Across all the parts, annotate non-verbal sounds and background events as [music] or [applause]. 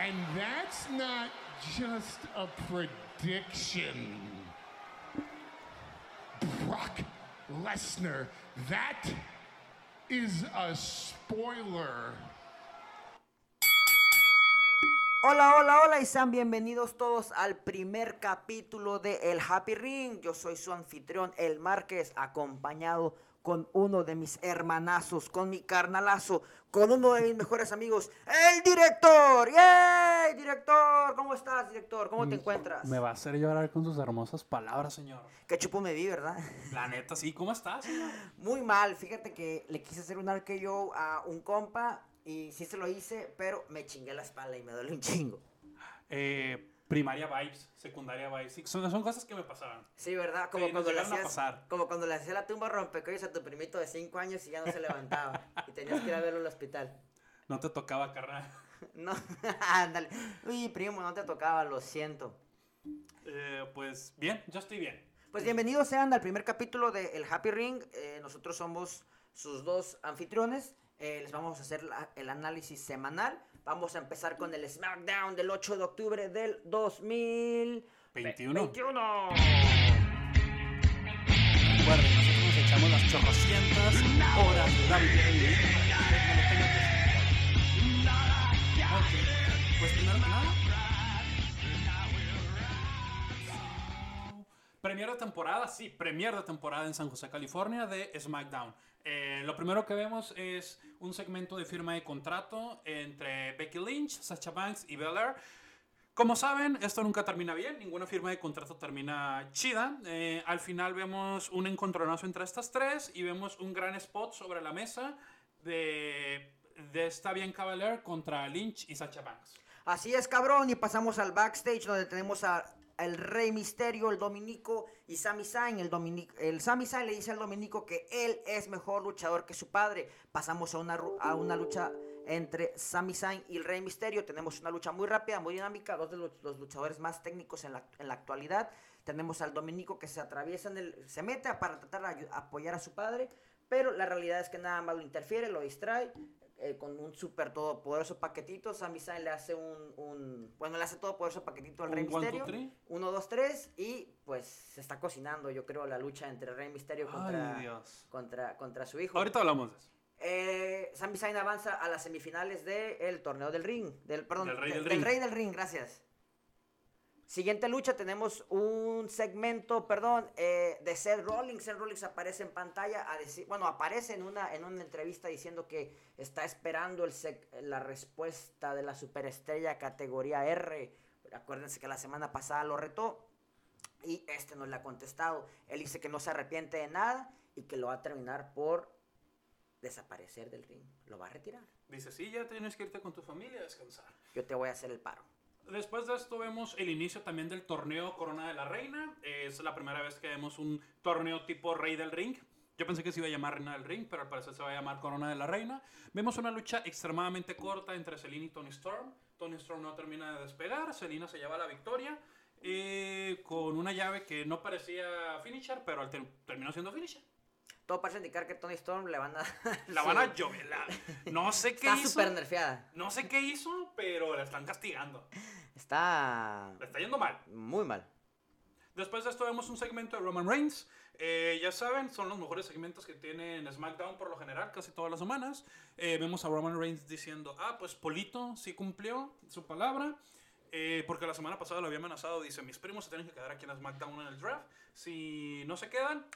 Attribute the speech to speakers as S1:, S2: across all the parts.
S1: And that's not just a prediction. Brock Lesnar, that is a spoiler.
S2: Hola, hola, hola y sean bienvenidos todos al primer capítulo de El Happy Ring. Yo soy su anfitrión, El Márquez, acompañado con uno de mis hermanazos, con mi carnalazo, con uno de mis mejores amigos, el director. ¡Yay, director! ¿Cómo estás, director? ¿Cómo te encuentras?
S3: Mm, Me va a hacer llorar con sus hermosas palabras, señor.
S2: Que chupo me vi, ¿verdad?
S3: La neta, sí. ¿Cómo estás, señor?
S2: Muy mal, fíjate que le quise hacer un arqueo a un compa y sí se lo hice, pero me chingué la espalda y me duele un chingo.
S3: Eh, primaria vibes, secundaria vibes. sí, Son, son cosas que me pasaban.
S2: Sí, ¿verdad? Como,
S3: Sí, nos
S2: cuando, le
S3: llegaron a
S2: hacías,
S3: pasar.
S2: como cuando le hacías la tumba rompecuellos a tu primito de 5 años y ya no se levantaba. y tenías que ir a verlo al hospital. [laughs]
S3: No te tocaba, carnal. [laughs]
S2: No, [laughs] ándale. Uy, primo, no te tocaba, lo siento.
S3: Eh, pues bien, yo estoy bien.
S2: Pues bienvenidos sean al primer capítulo de El Happy Ring. Eh, nosotros somos sus dos anfitriones. Eh, les vamos a hacer la- el análisis semanal. Vamos a empezar con el SmackDown del 8 de octubre del 2000...
S3: 21.
S2: 21.
S3: Recuerden, nosotros nos echamos las chorrocientas horas de WWE. Usted no lo tenga que hacer. Ok, pues primero que nada. Premier de temporada, sí, premier de temporada en San José, California de SmackDown. Eh, lo primero que vemos es un segmento de firma de contrato entre Becky Lynch, Sacha Banks y Belair. Como saben, esto nunca termina bien, ninguna firma de contrato termina chida. Eh, al final vemos un encontronazo entre estas tres y vemos un gran spot sobre la mesa de, de esta bien Cavalier contra Lynch y Sacha Banks.
S2: Así es, cabrón. Y pasamos al backstage donde tenemos a el Rey Misterio, el Dominico y Sami Zayn. El, Dominic, el Sami Zayn le dice al Dominico que él es mejor luchador que su padre. Pasamos a una, ru- a una lucha entre Sami Zayn y el Rey Misterio. Tenemos una lucha muy rápida, muy dinámica. Dos de los, los luchadores más técnicos en la, en la actualidad. Tenemos al Dominico que se atraviesa, en el, se mete para tratar de ayu- apoyar a su padre. Pero la realidad es que nada más lo interfiere, lo distrae eh, con un super todopoderoso paquetito. Sami Zayn le hace un, un- Bueno, le hace todopoderoso paquetito al
S3: Un
S2: Rey
S3: one, two,
S2: Misterio.
S3: three.
S2: 1, 2, 3. Y pues se está cocinando, yo creo, la lucha entre Rey Misterio contra,
S3: Ay, Dios.
S2: contra, contra su hijo.
S3: Ahorita hablamos de eso.
S2: Eh, Sami Zayn avanza a las semifinales del torneo del ring. Del, perdón,
S3: Del Rey
S2: de-
S3: del Ring.
S2: Rey del Ring, gracias. Siguiente lucha, tenemos un segmento, perdón, eh, de Seth Rollins. Seth Rollins aparece en pantalla a decir, bueno, aparece en una, en una entrevista diciendo que está esperando el sec- la respuesta de la superestrella categoría R. Acuérdense que la semana pasada lo retó y este no le ha contestado. Él dice que no se arrepiente de nada y que lo va a terminar por desaparecer del ring. Lo va a retirar.
S3: Dice, sí, ya tienes que irte con tu familia a descansar.
S2: Yo te voy a hacer el paro.
S3: Después de esto vemos el inicio también del torneo Corona de la Reina. Es la primera vez que vemos un torneo tipo Rey del Ring. Yo pensé que se iba a llamar Reina del Ring, pero al parecer se va a llamar Corona de la Reina. Vemos una lucha extremadamente corta entre Selina y Tony Storm. Tony Storm no termina de despegar, Selina se lleva la victoria eh, con una llave que no parecía finisher, pero al ter- terminó siendo finisher.
S2: Todo parece indicar que Tony Storm le van a. [laughs]
S3: La
S2: Sí.
S3: van a llover. la- No sé qué
S2: Está
S3: hizo.
S2: súper nerfeada.
S3: No sé qué hizo, pero la están castigando.
S2: Está.
S3: La está yendo mal.
S2: Muy mal.
S3: Después de esto vemos un segmento de Roman Reigns. Eh, ya saben, son los mejores segmentos que tienen SmackDown por lo general, casi todas las semanas. Eh, vemos a Roman Reigns diciendo, ah, pues Polito sí cumplió su palabra. eh, porque la semana pasada lo había amenazado, dice, mis primos se tienen que quedar aquí en SmackDown en el draft. Si no se quedan,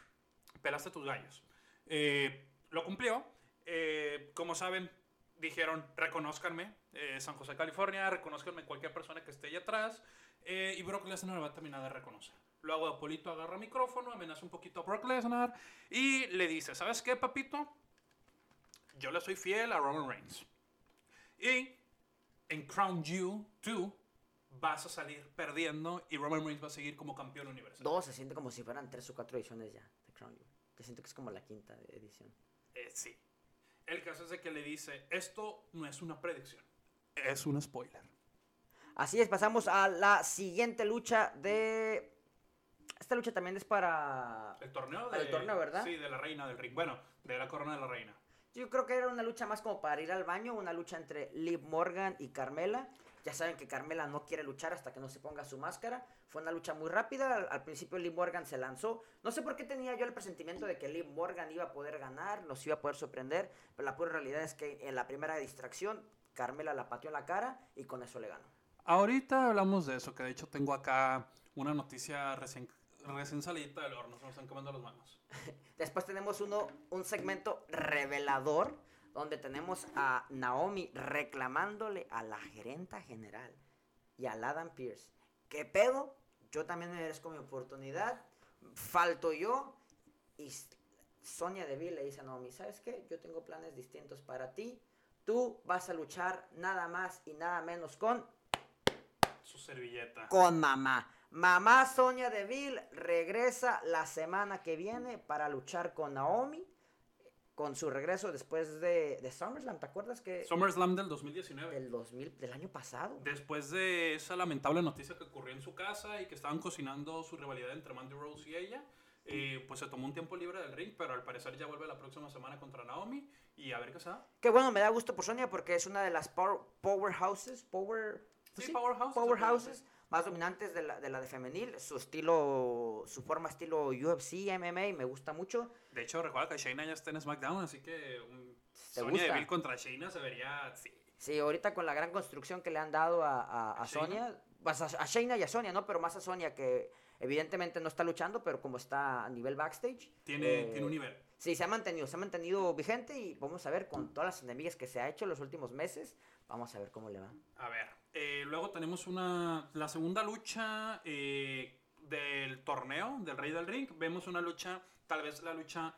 S3: pelaste tus gallos. Eh, lo cumplió. Eh, como saben, dijeron, reconozcanme, eh, San José, California, reconozcanme cualquier persona que esté allá atrás. Eh, y Brock Lesnar me va a terminar de reconocer. Luego Apolito agarra micrófono, amenaza un poquito a Brock Lesnar y le dice, ¿sabes qué, papito? Yo le soy fiel a Roman Reigns. Y en Crown You 2 vas a salir perdiendo y Roman Reigns va a seguir como campeón universal.
S2: Dos se siente como si fueran tres o cuatro ediciones ya de Crown Jewel. Yo siento que es como la quinta de- edición.
S3: Eh, sí. El caso es de que le dice, esto no es una predicción. Es un spoiler.
S2: Así es, pasamos a la siguiente lucha de. Esta lucha también es para.
S3: El torneo
S2: Para
S3: de...
S2: el torneo, ¿verdad?
S3: Sí, de la reina del ring. Bueno, de la corona de la reina.
S2: Yo creo que era una lucha más como para ir al baño, una lucha entre Liv Morgan y Carmela. Ya saben que Carmela no quiere luchar hasta que no se ponga su máscara. Fue una lucha muy rápida. Al, al principio Lee Morgan se lanzó. No sé por qué tenía yo el presentimiento de que Lee Morgan iba a poder ganar, nos iba a poder sorprender. Pero la pura realidad es que en la primera distracción, Carmela la pateó en la cara y con eso le ganó.
S3: Ahorita hablamos de eso, que de hecho tengo acá una noticia recién, recién salidita del horno, se nos están quemando las manos.
S2: Después tenemos uno, un segmento revelador donde tenemos a Naomi reclamándole a la gerenta general y al Adam Pierce. ¿Qué pedo? Yo también merezco mi oportunidad. Falto yo. Y S- Sonia Deville le dice a Naomi, ¿sabes qué? Yo tengo planes distintos para ti. Tú vas a luchar nada más y nada menos con
S3: Su servilleta.
S2: con mamá. Mamá Sonia Deville regresa la semana que viene para luchar con Naomi. Con su regreso después de, de SummerSlam, ¿te acuerdas que
S3: SummerSlam del 2019.
S2: del 2000 del año pasado?
S3: Después de esa lamentable noticia que ocurrió en su casa y que estaban cocinando su rivalidad entre Mandy Rose y ella, eh, pues se tomó un tiempo libre del ring, pero al parecer ya vuelve la próxima semana contra Naomi y a ver qué se da.
S2: Que bueno, me da gusto por Sonia porque es una de las power- powerhouses, power, pues
S3: Sí, powerhouses,
S2: powerhouses
S3: se
S2: más dominantes de la, de la de femenil. Su estilo, su forma estilo UFC, MMA, me gusta mucho.
S3: De hecho, recuerda que Shayna ya está en SmackDown, así que un
S2: ¿Te
S3: Sonya
S2: gusta?
S3: Deville contra Shayna se vería... Sí.
S2: Sí, ahorita con la gran construcción que le han dado a, a, a
S3: ¿A Shayna?
S2: Sonia, pues, a, a Shayna y a Sonia, ¿no? Pero más a Sonia que evidentemente no está luchando, pero como está a nivel backstage.
S3: Tiene,
S2: eh,
S3: tiene un nivel.
S2: Sí, se ha mantenido, se ha mantenido vigente y vamos a ver con todas las enemigas que se ha hecho en los últimos meses, vamos a ver cómo le va.
S3: A ver, eh, luego tenemos una, la segunda lucha eh, del torneo, del Rey del Ring. Vemos una lucha, tal vez la lucha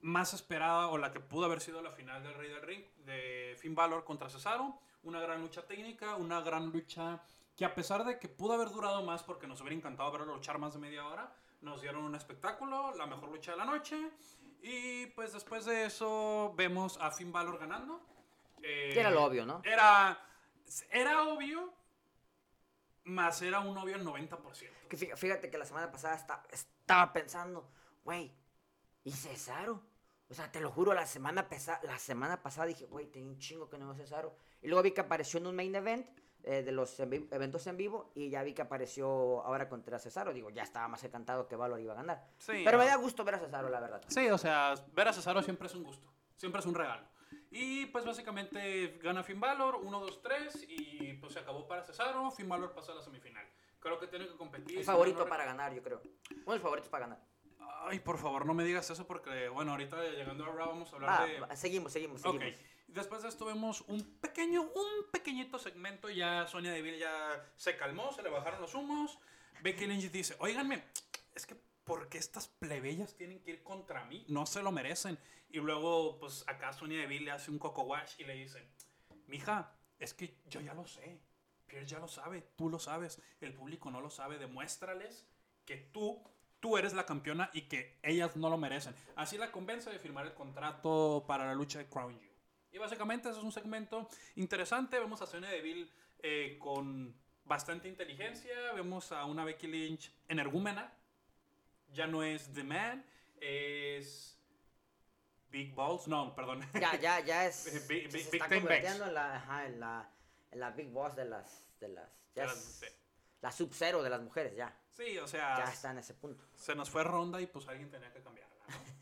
S3: más esperada o la que pudo haber sido la final del Rey del Ring, de Finn Balor contra Cesaro. Una gran lucha técnica, una gran lucha que a pesar de que pudo haber durado más porque nos hubiera encantado verlo luchar más de media hora, nos dieron un espectáculo, la mejor lucha de la noche. Y pues después de eso vemos a Finn Balor ganando. Eh,
S2: Que era lo obvio, ¿no?
S3: era, era obvio, más era un obvio al 90%.
S2: Que fí- fíjate que la semana pasada esta- estaba pensando, güey, ¿y Cesaro? O sea, te lo juro, la semana, pesa- la semana pasada dije, güey, tenía un chingo que no veo a Cesaro. Y luego vi que apareció en un main event eh, de los en vi- eventos en vivo y ya vi que apareció ahora contra Cesaro. Digo, ya estaba más encantado que Valor iba a ganar.
S3: Sí,
S2: Pero me
S3: no.
S2: da gusto ver a Cesaro, la verdad.
S3: Sí, o sea, ver a Cesaro siempre es un gusto, siempre es un regalo. Y pues básicamente gana Finn Balor, 1, 2, 3, y pues se acabó para Cesaro. Finn Balor pasa a la semifinal. Creo que tiene que competir.
S2: El
S3: si mal no
S2: favorito
S3: recuerdo.
S2: para ganar, yo creo. Uno de los favoritos para ganar.
S3: Ay, por favor, no me digas eso porque, bueno, ahorita llegando a Raw vamos a hablar
S2: Va,
S3: de.
S2: va, seguimos, seguimos,
S3: Ok.
S2: seguimos.
S3: Después de esto vemos un pequeño, un pequeñito segmento. Ya Sonia Deville ya se calmó, se le bajaron los humos. Becky Lynch dice, oiganme, es que ¿por qué estas plebeyas tienen que ir contra mí? No se lo merecen. Y luego, pues acá Sonia Deville le hace un coco wash y le dice, mija, es que yo ya lo sé. Pierce ya lo sabe, tú lo sabes, el público no lo sabe. Demuéstrales que tú, tú eres la campeona y que ellas no lo merecen. Así la convence de firmar el contrato para la lucha de Crown You. Y básicamente eso es un segmento interesante. Vemos a Sonya Deville eh, con bastante inteligencia. Vemos a una Becky Lynch energúmena. Ya no es The Man, es Big Balls. No, perdón. [laughs]
S2: Ya, ya, ya es.
S3: Eh, Big-
S2: se
S3: Big-
S2: está
S3: Big Time
S2: convirtiendo en la, ajá, en la, en la Big Boss de las. De las ya
S3: De las-
S2: es
S3: de-
S2: la sub cero de las mujeres, ya.
S3: Ah, Sí, o sea,
S2: Ya está en ese punto.
S3: se nos fue ronda y pues alguien tenía que cambiarla. ¿no?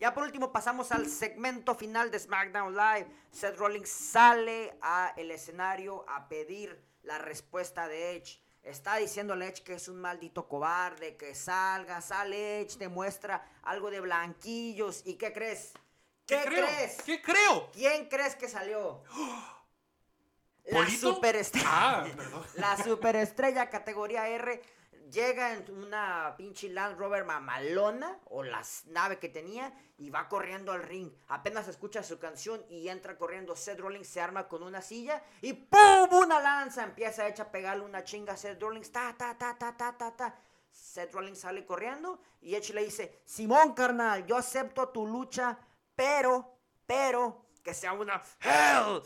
S2: Ya por último pasamos al segmento final de SmackDown Live. Seth Rollins sale al escenario a pedir la respuesta de Edge. Está diciéndole Edge que es un maldito cobarde, que salga, sale Edge, te muestra algo de blanquillos. ¿Y qué crees? ¿Qué,
S3: creo?
S2: crees?
S3: ¿Qué creo?
S2: ¿Quién crees que salió? La
S3: ¿Polito?
S2: superestrella.
S3: Ah,
S2: [laughs]
S3: perdón.
S2: La superestrella categoría R llega en una pinche Land Rover mamalona o la nave que tenía y va corriendo al ring. Apenas escucha su canción y entra corriendo. Seth Rollins se arma con una silla y ¡pum! Una lanza empieza a echar a pegarle una chinga a Seth Rollins. Ta, ta, ta, ta, ta, ta, ta. Seth Rollins sale corriendo y Edge le dice, Simón carnal, yo acepto tu lucha, pero, pero, que sea una Hell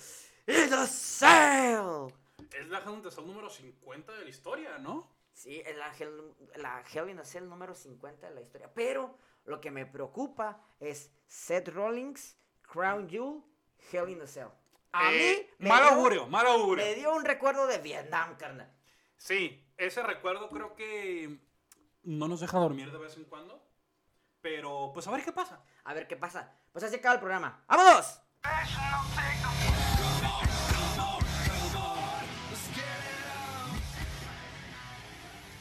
S2: in a Cell.
S3: Es la Hound de Sound número 50 de la historia, ¿no?
S2: Sí, el ángel, la Hell in a Cell número 50 de la historia. Pero lo que me preocupa es Seth Rollins, Crown Jewel, Hell in a Cell. A
S3: Eh,
S2: mí me
S3: mal
S2: dio-
S3: augurio, mal augurio.
S2: Me dio un recuerdo de Vietnam, carnal.
S3: Sí, ese recuerdo creo que no nos deja dormir de vez en cuando. Pero pues a ver qué pasa.
S2: A ver qué pasa. Pues así acaba el programa. ¡Vámonos!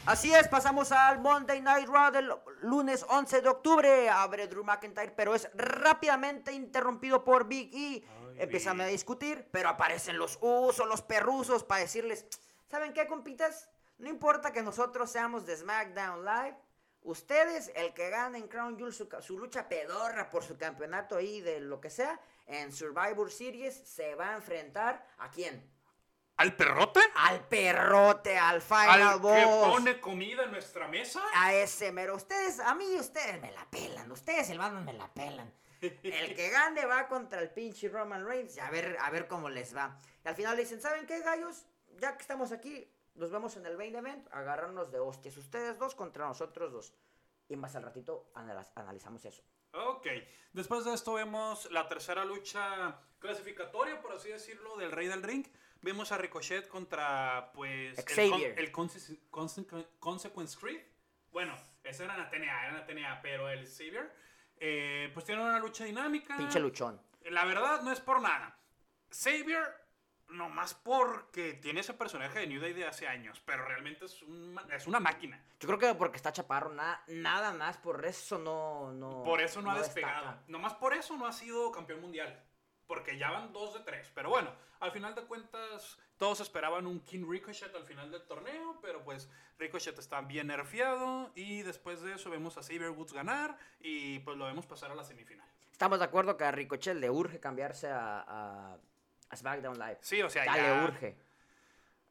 S2: Así es, pasamos al Monday Night Raw del lunes 11 de octubre. Abre Drew McIntyre, pero es rápidamente interrumpido por Big E. Empiezan a
S3: Big.
S2: discutir, pero aparecen los usos, los perrusos, para decirles: ¿Saben qué, compitas? No importa que nosotros seamos de SmackDown Live, ustedes, el que gane en Crown Jewel su, ca- su lucha pedorra por su campeonato ahí de lo que sea, en Survivor Series se va a enfrentar a quién?
S3: ¿Al perrote?
S2: Al perrote, al Final
S3: ¿Al que
S2: Boss.
S3: pone comida en nuestra mesa?
S2: A ese mero. Ustedes, a mí ustedes me la pelan. Ustedes el bando me la pelan. El
S3: [laughs]
S2: que gane va contra el pinche Roman Reigns. y A ver, a ver cómo les va. Y al final le dicen, ¿saben qué, gallos? Ya que estamos aquí, nos vemos en el main event. Agarrarnos de hostias. Ustedes dos contra nosotros dos. Y más al ratito analiz- analizamos eso.
S3: Ok. Después de esto vemos la tercera lucha clasificatoria, por así decirlo, del Rey del Ring. Vemos a Ricochet contra, pues, el con-
S2: Xavier.
S3: el, Conse- Conse- Consequence Creed. Bueno, esa era la TNA, era la TNA, pero el Xavier. eh, pues tiene una lucha dinámica.
S2: Pinche luchón.
S3: La verdad, no es por nada. Xavier, nomás porque tiene ese personaje de New Day de hace años, pero realmente es, un ma- es una máquina.
S2: Yo creo que porque está chaparro, nada, nada más. Por eso no. no
S3: Por eso no, ha
S2: destaca.
S3: despegado. Nomás por eso no ha sido campeón mundial. Porque ya van dos de tres. Pero bueno, al final de cuentas, todos esperaban un King Ricochet al final del torneo. Pero pues Ricochet está bien nerfeado. Y después de eso vemos a Xavier Woods ganar. Y pues lo vemos pasar a la semifinal.
S2: Estamos de acuerdo que a Ricochet le urge cambiarse a, a, a SmackDown Live.
S3: Sí, o sea,
S2: ya,
S3: ya.
S2: le urge.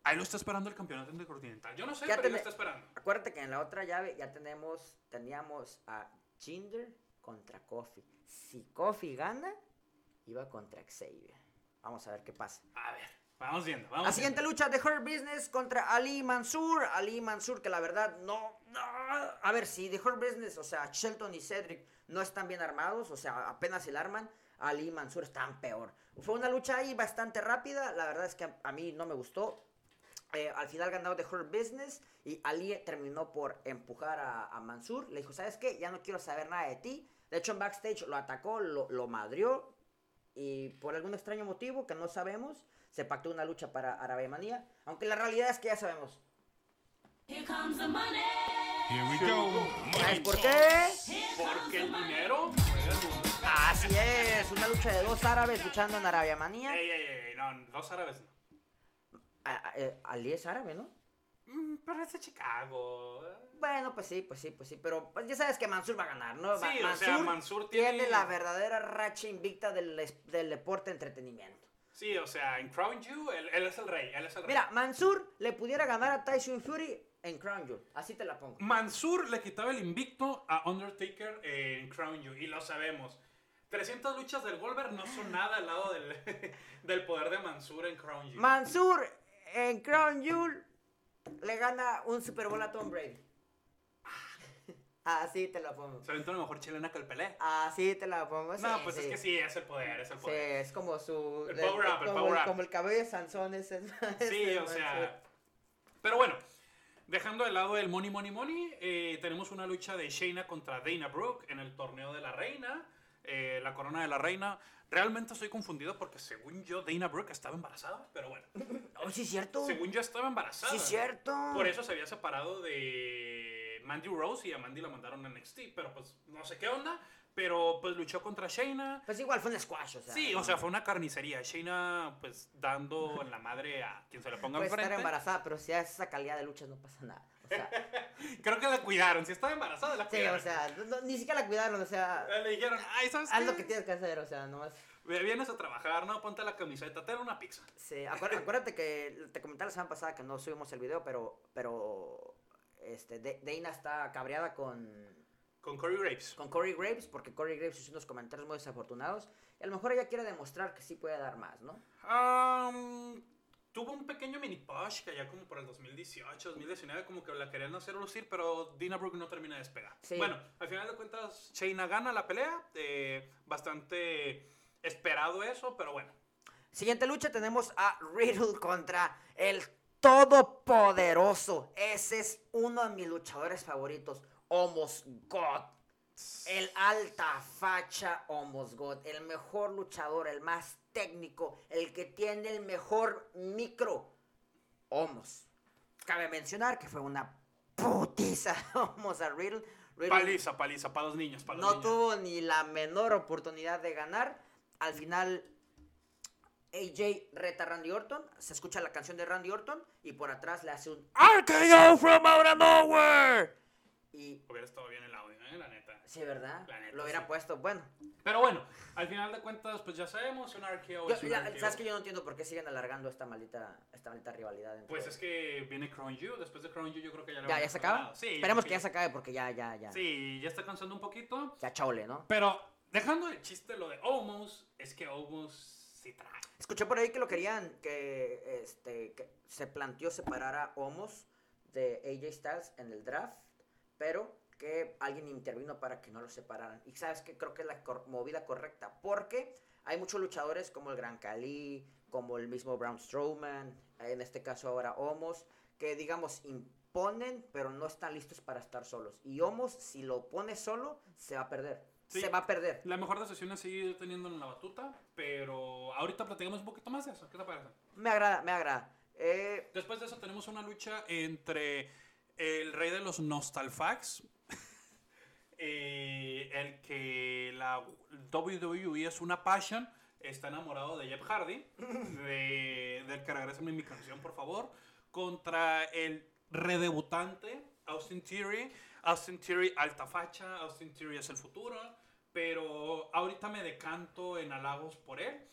S3: Ahí lo está esperando el campeonato intercontinental. Yo no sé,
S2: Ya
S3: pero
S2: tene-
S3: lo está esperando.
S2: Acuérdate que en la otra llave ya tenemos, teníamos a Jinder contra Kofi. Si Kofi gana, iba contra Xavier. Vamos a ver qué pasa.
S3: A ver, vamos viendo. Vamos
S2: La siguiente
S3: viendo.
S2: lucha de Hurt Business contra Ali Mansur. Ali Mansur, que la verdad no. no. A ver, si de Hurt Business, o sea, Shelton y Cedric no están bien armados, o sea, apenas se la arman, Ali Mansur están peor. Fue una lucha ahí bastante rápida, la verdad es que a, a mí no me gustó. Eh, al final ganó de Hurt Business y Ali terminó por empujar a, a Mansur. Le dijo, ¿sabes qué? Ya no quiero saber nada de ti. De hecho, en backstage lo atacó, lo, lo madrió, y por algún extraño motivo que no sabemos, se pactó una lucha para Arabia Manía, aunque la realidad es que ya sabemos.
S4: Here comes the money.
S1: Here we go.
S2: ¿Sabes por qué?
S3: Porque el dinero. juega el mundo.
S2: Así es, una lucha de dos árabes luchando en Arabia Manía.
S3: Ey, ey, ey, no, los árabes no.
S2: A- a- eh, Ali es árabe, ¿no?
S3: Mm, Pero es de Chicago.
S2: Bueno, pues sí, pues sí, pues sí, pero pues ya sabes que Mansur va a ganar, ¿no?
S3: Sí,
S2: Ma-
S3: o sea, Mansur
S2: tiene...
S3: tiene-
S2: la verdadera racha invicta del, es- del deporte de entretenimiento.
S3: Sí, o sea, en Crown You, él, él es el rey, él es el rey.
S2: Mira, Mansur le pudiera ganar a Tyson Fury en Crown Jewel, así te la pongo.
S3: Mansur le quitaba el invicto a Undertaker en Crown You, y lo sabemos. 300 luchas del Golver no son nada al lado del, [laughs] del poder de Mansur en Crown You.
S2: Mansur en Crown Jewel le gana un Super Bowl a Tom Brady. Ah, [laughs] Así te la pongo.
S3: Se aventó la mejor chilena que el Pelé.
S2: Así te la pongo. Ah, Sí,
S3: no, pues
S2: sí.
S3: es que sí, es el poder, es el
S2: Sí,
S3: poder.
S2: es como su.
S3: El power up, el
S2: como,
S3: power up.
S2: como el cabello de Sansón. Ese,
S3: Sí,
S2: ese
S3: o sea.
S2: Mansur.
S3: Pero bueno, dejando de lado el Money Money Money, eh, tenemos una lucha de Shayna contra Dana Brooke en el torneo de la reina, eh, la corona de la reina. Realmente estoy confundido porque según yo Dana Brooke estaba embarazada, pero bueno.
S2: Oh, sí, es cierto.
S3: Según yo estaba embarazada.
S2: Sí, es cierto.
S3: Por eso se había separado de Mandy Rose y a Mandy la mandaron a NXT, pero pues no sé qué onda. Pero pues luchó contra Shayna.
S2: Pues igual fue un squash, o sea.
S3: Sí, o sea, fue una carnicería. Shayna pues dando en la madre a quien se le ponga
S2: Puede estar
S3: enfrente.
S2: embarazada, pero si haces esa calidad de luchas no pasa nada. O sea,
S3: Creo que la cuidaron. Si estaba embarazada, la
S2: sí,
S3: cuidaron.
S2: o sea, no- no, ni siquiera la cuidaron, o sea,
S3: Le dijeron, ay, ¿sabes
S2: haz
S3: qué?
S2: lo que tienes que hacer, o sea, nomás.
S3: Vienes a trabajar, no, ponte la camiseta, te dan una pizza.
S2: Sí, acuérdate, acuérdate que te comenté la semana pasada que no subimos el video, pero, pero este, De- Dana está cabreada con,
S3: Con Corey Graves.
S2: con Corey Graves porque Corey Graves hizo unos comentarios muy desafortunados y a lo mejor ella quiere demostrar que sí puede dar más, ¿no?
S3: Am, tuvo un pequeño mini push que allá como por el 2018, 2019, como que la querían hacer lucir, pero Dina Brooke no termina de despegar.
S2: Sí.
S3: Bueno, al final de cuentas, Shayna gana la pelea. eh, bastante esperado eso, pero bueno.
S2: Siguiente lucha tenemos a Riddle contra el Todopoderoso. Ese es uno de mis luchadores favoritos. Homos God. El alta facha Homos God. El mejor luchador, el más técnico, el que tiene el mejor micro. Homos. Cabe mencionar que fue una putiza [laughs] Homos a Riddle. Riddle
S3: Paliza, paliza, para los niños, para los
S2: no
S3: niños.
S2: tuvo ni la menor oportunidad de ganar. Al final, AJ reta a Randy Orton. Se escucha la canción de Randy Orton. Y por atrás le hace un RKO from out of nowhere. Y
S3: Hubiera estado bien el audio, ¿eh? la neta.
S2: sí, ¿verdad?
S3: La neta,
S2: Lo hubiera
S3: sí.
S2: puesto. Bueno,
S3: Pero bueno, al final de cuentas, pues ya sabemos, un RKO
S2: yo-
S3: es un
S2: la-
S3: RKO.
S2: sabes que yo no entiendo por qué siguen alargando esta maldita, esta maldita rivalidad. entre-
S3: Pues es que viene Crown You, después de Crown You yo creo que ya le van
S2: ya,
S3: a
S2: ya se
S3: dar por
S2: acaba.
S3: lado. Sí,
S2: Esperemos
S3: porque
S2: que ya se acabe porque ya, ya, ya.
S3: Sí, ya está cansando un poquito.
S2: Ya chole, ¿no?
S3: Pero dejando el chiste lo de Omos, es que Omos sí trae.
S2: Escuché por ahí que lo querían, que, este, que se planteó separar a Homos de AJ Styles en el draft, pero que alguien intervino para que no los separaran. Y sabes que creo que es la cor- movida correcta, porque hay muchos luchadores como el Gran Cali, como el mismo Braun Strowman, en este caso ahora Homos, que digamos imponen, pero no están listos para estar solos. Y Homos, si lo pone solo, se va a perder.
S3: Sí.
S2: Se va a perder.
S3: La mejor decisión es seguir teniendo en la batuta, pero ahorita platicamos un poquito más de eso. ¿Qué te parece?
S2: Me agrada, me agrada. Eh,
S3: Después de eso tenemos una lucha entre el rey de los Nostalfax, eh, el que la WWE es una passion, está enamorado de Jeff Hardy, de- del que regresame mi canción, por favor, contra el redebutante Austin Theory. Austin Theory alta facha, Austin Theory es el futuro, pero ahorita me decanto en halagos por él.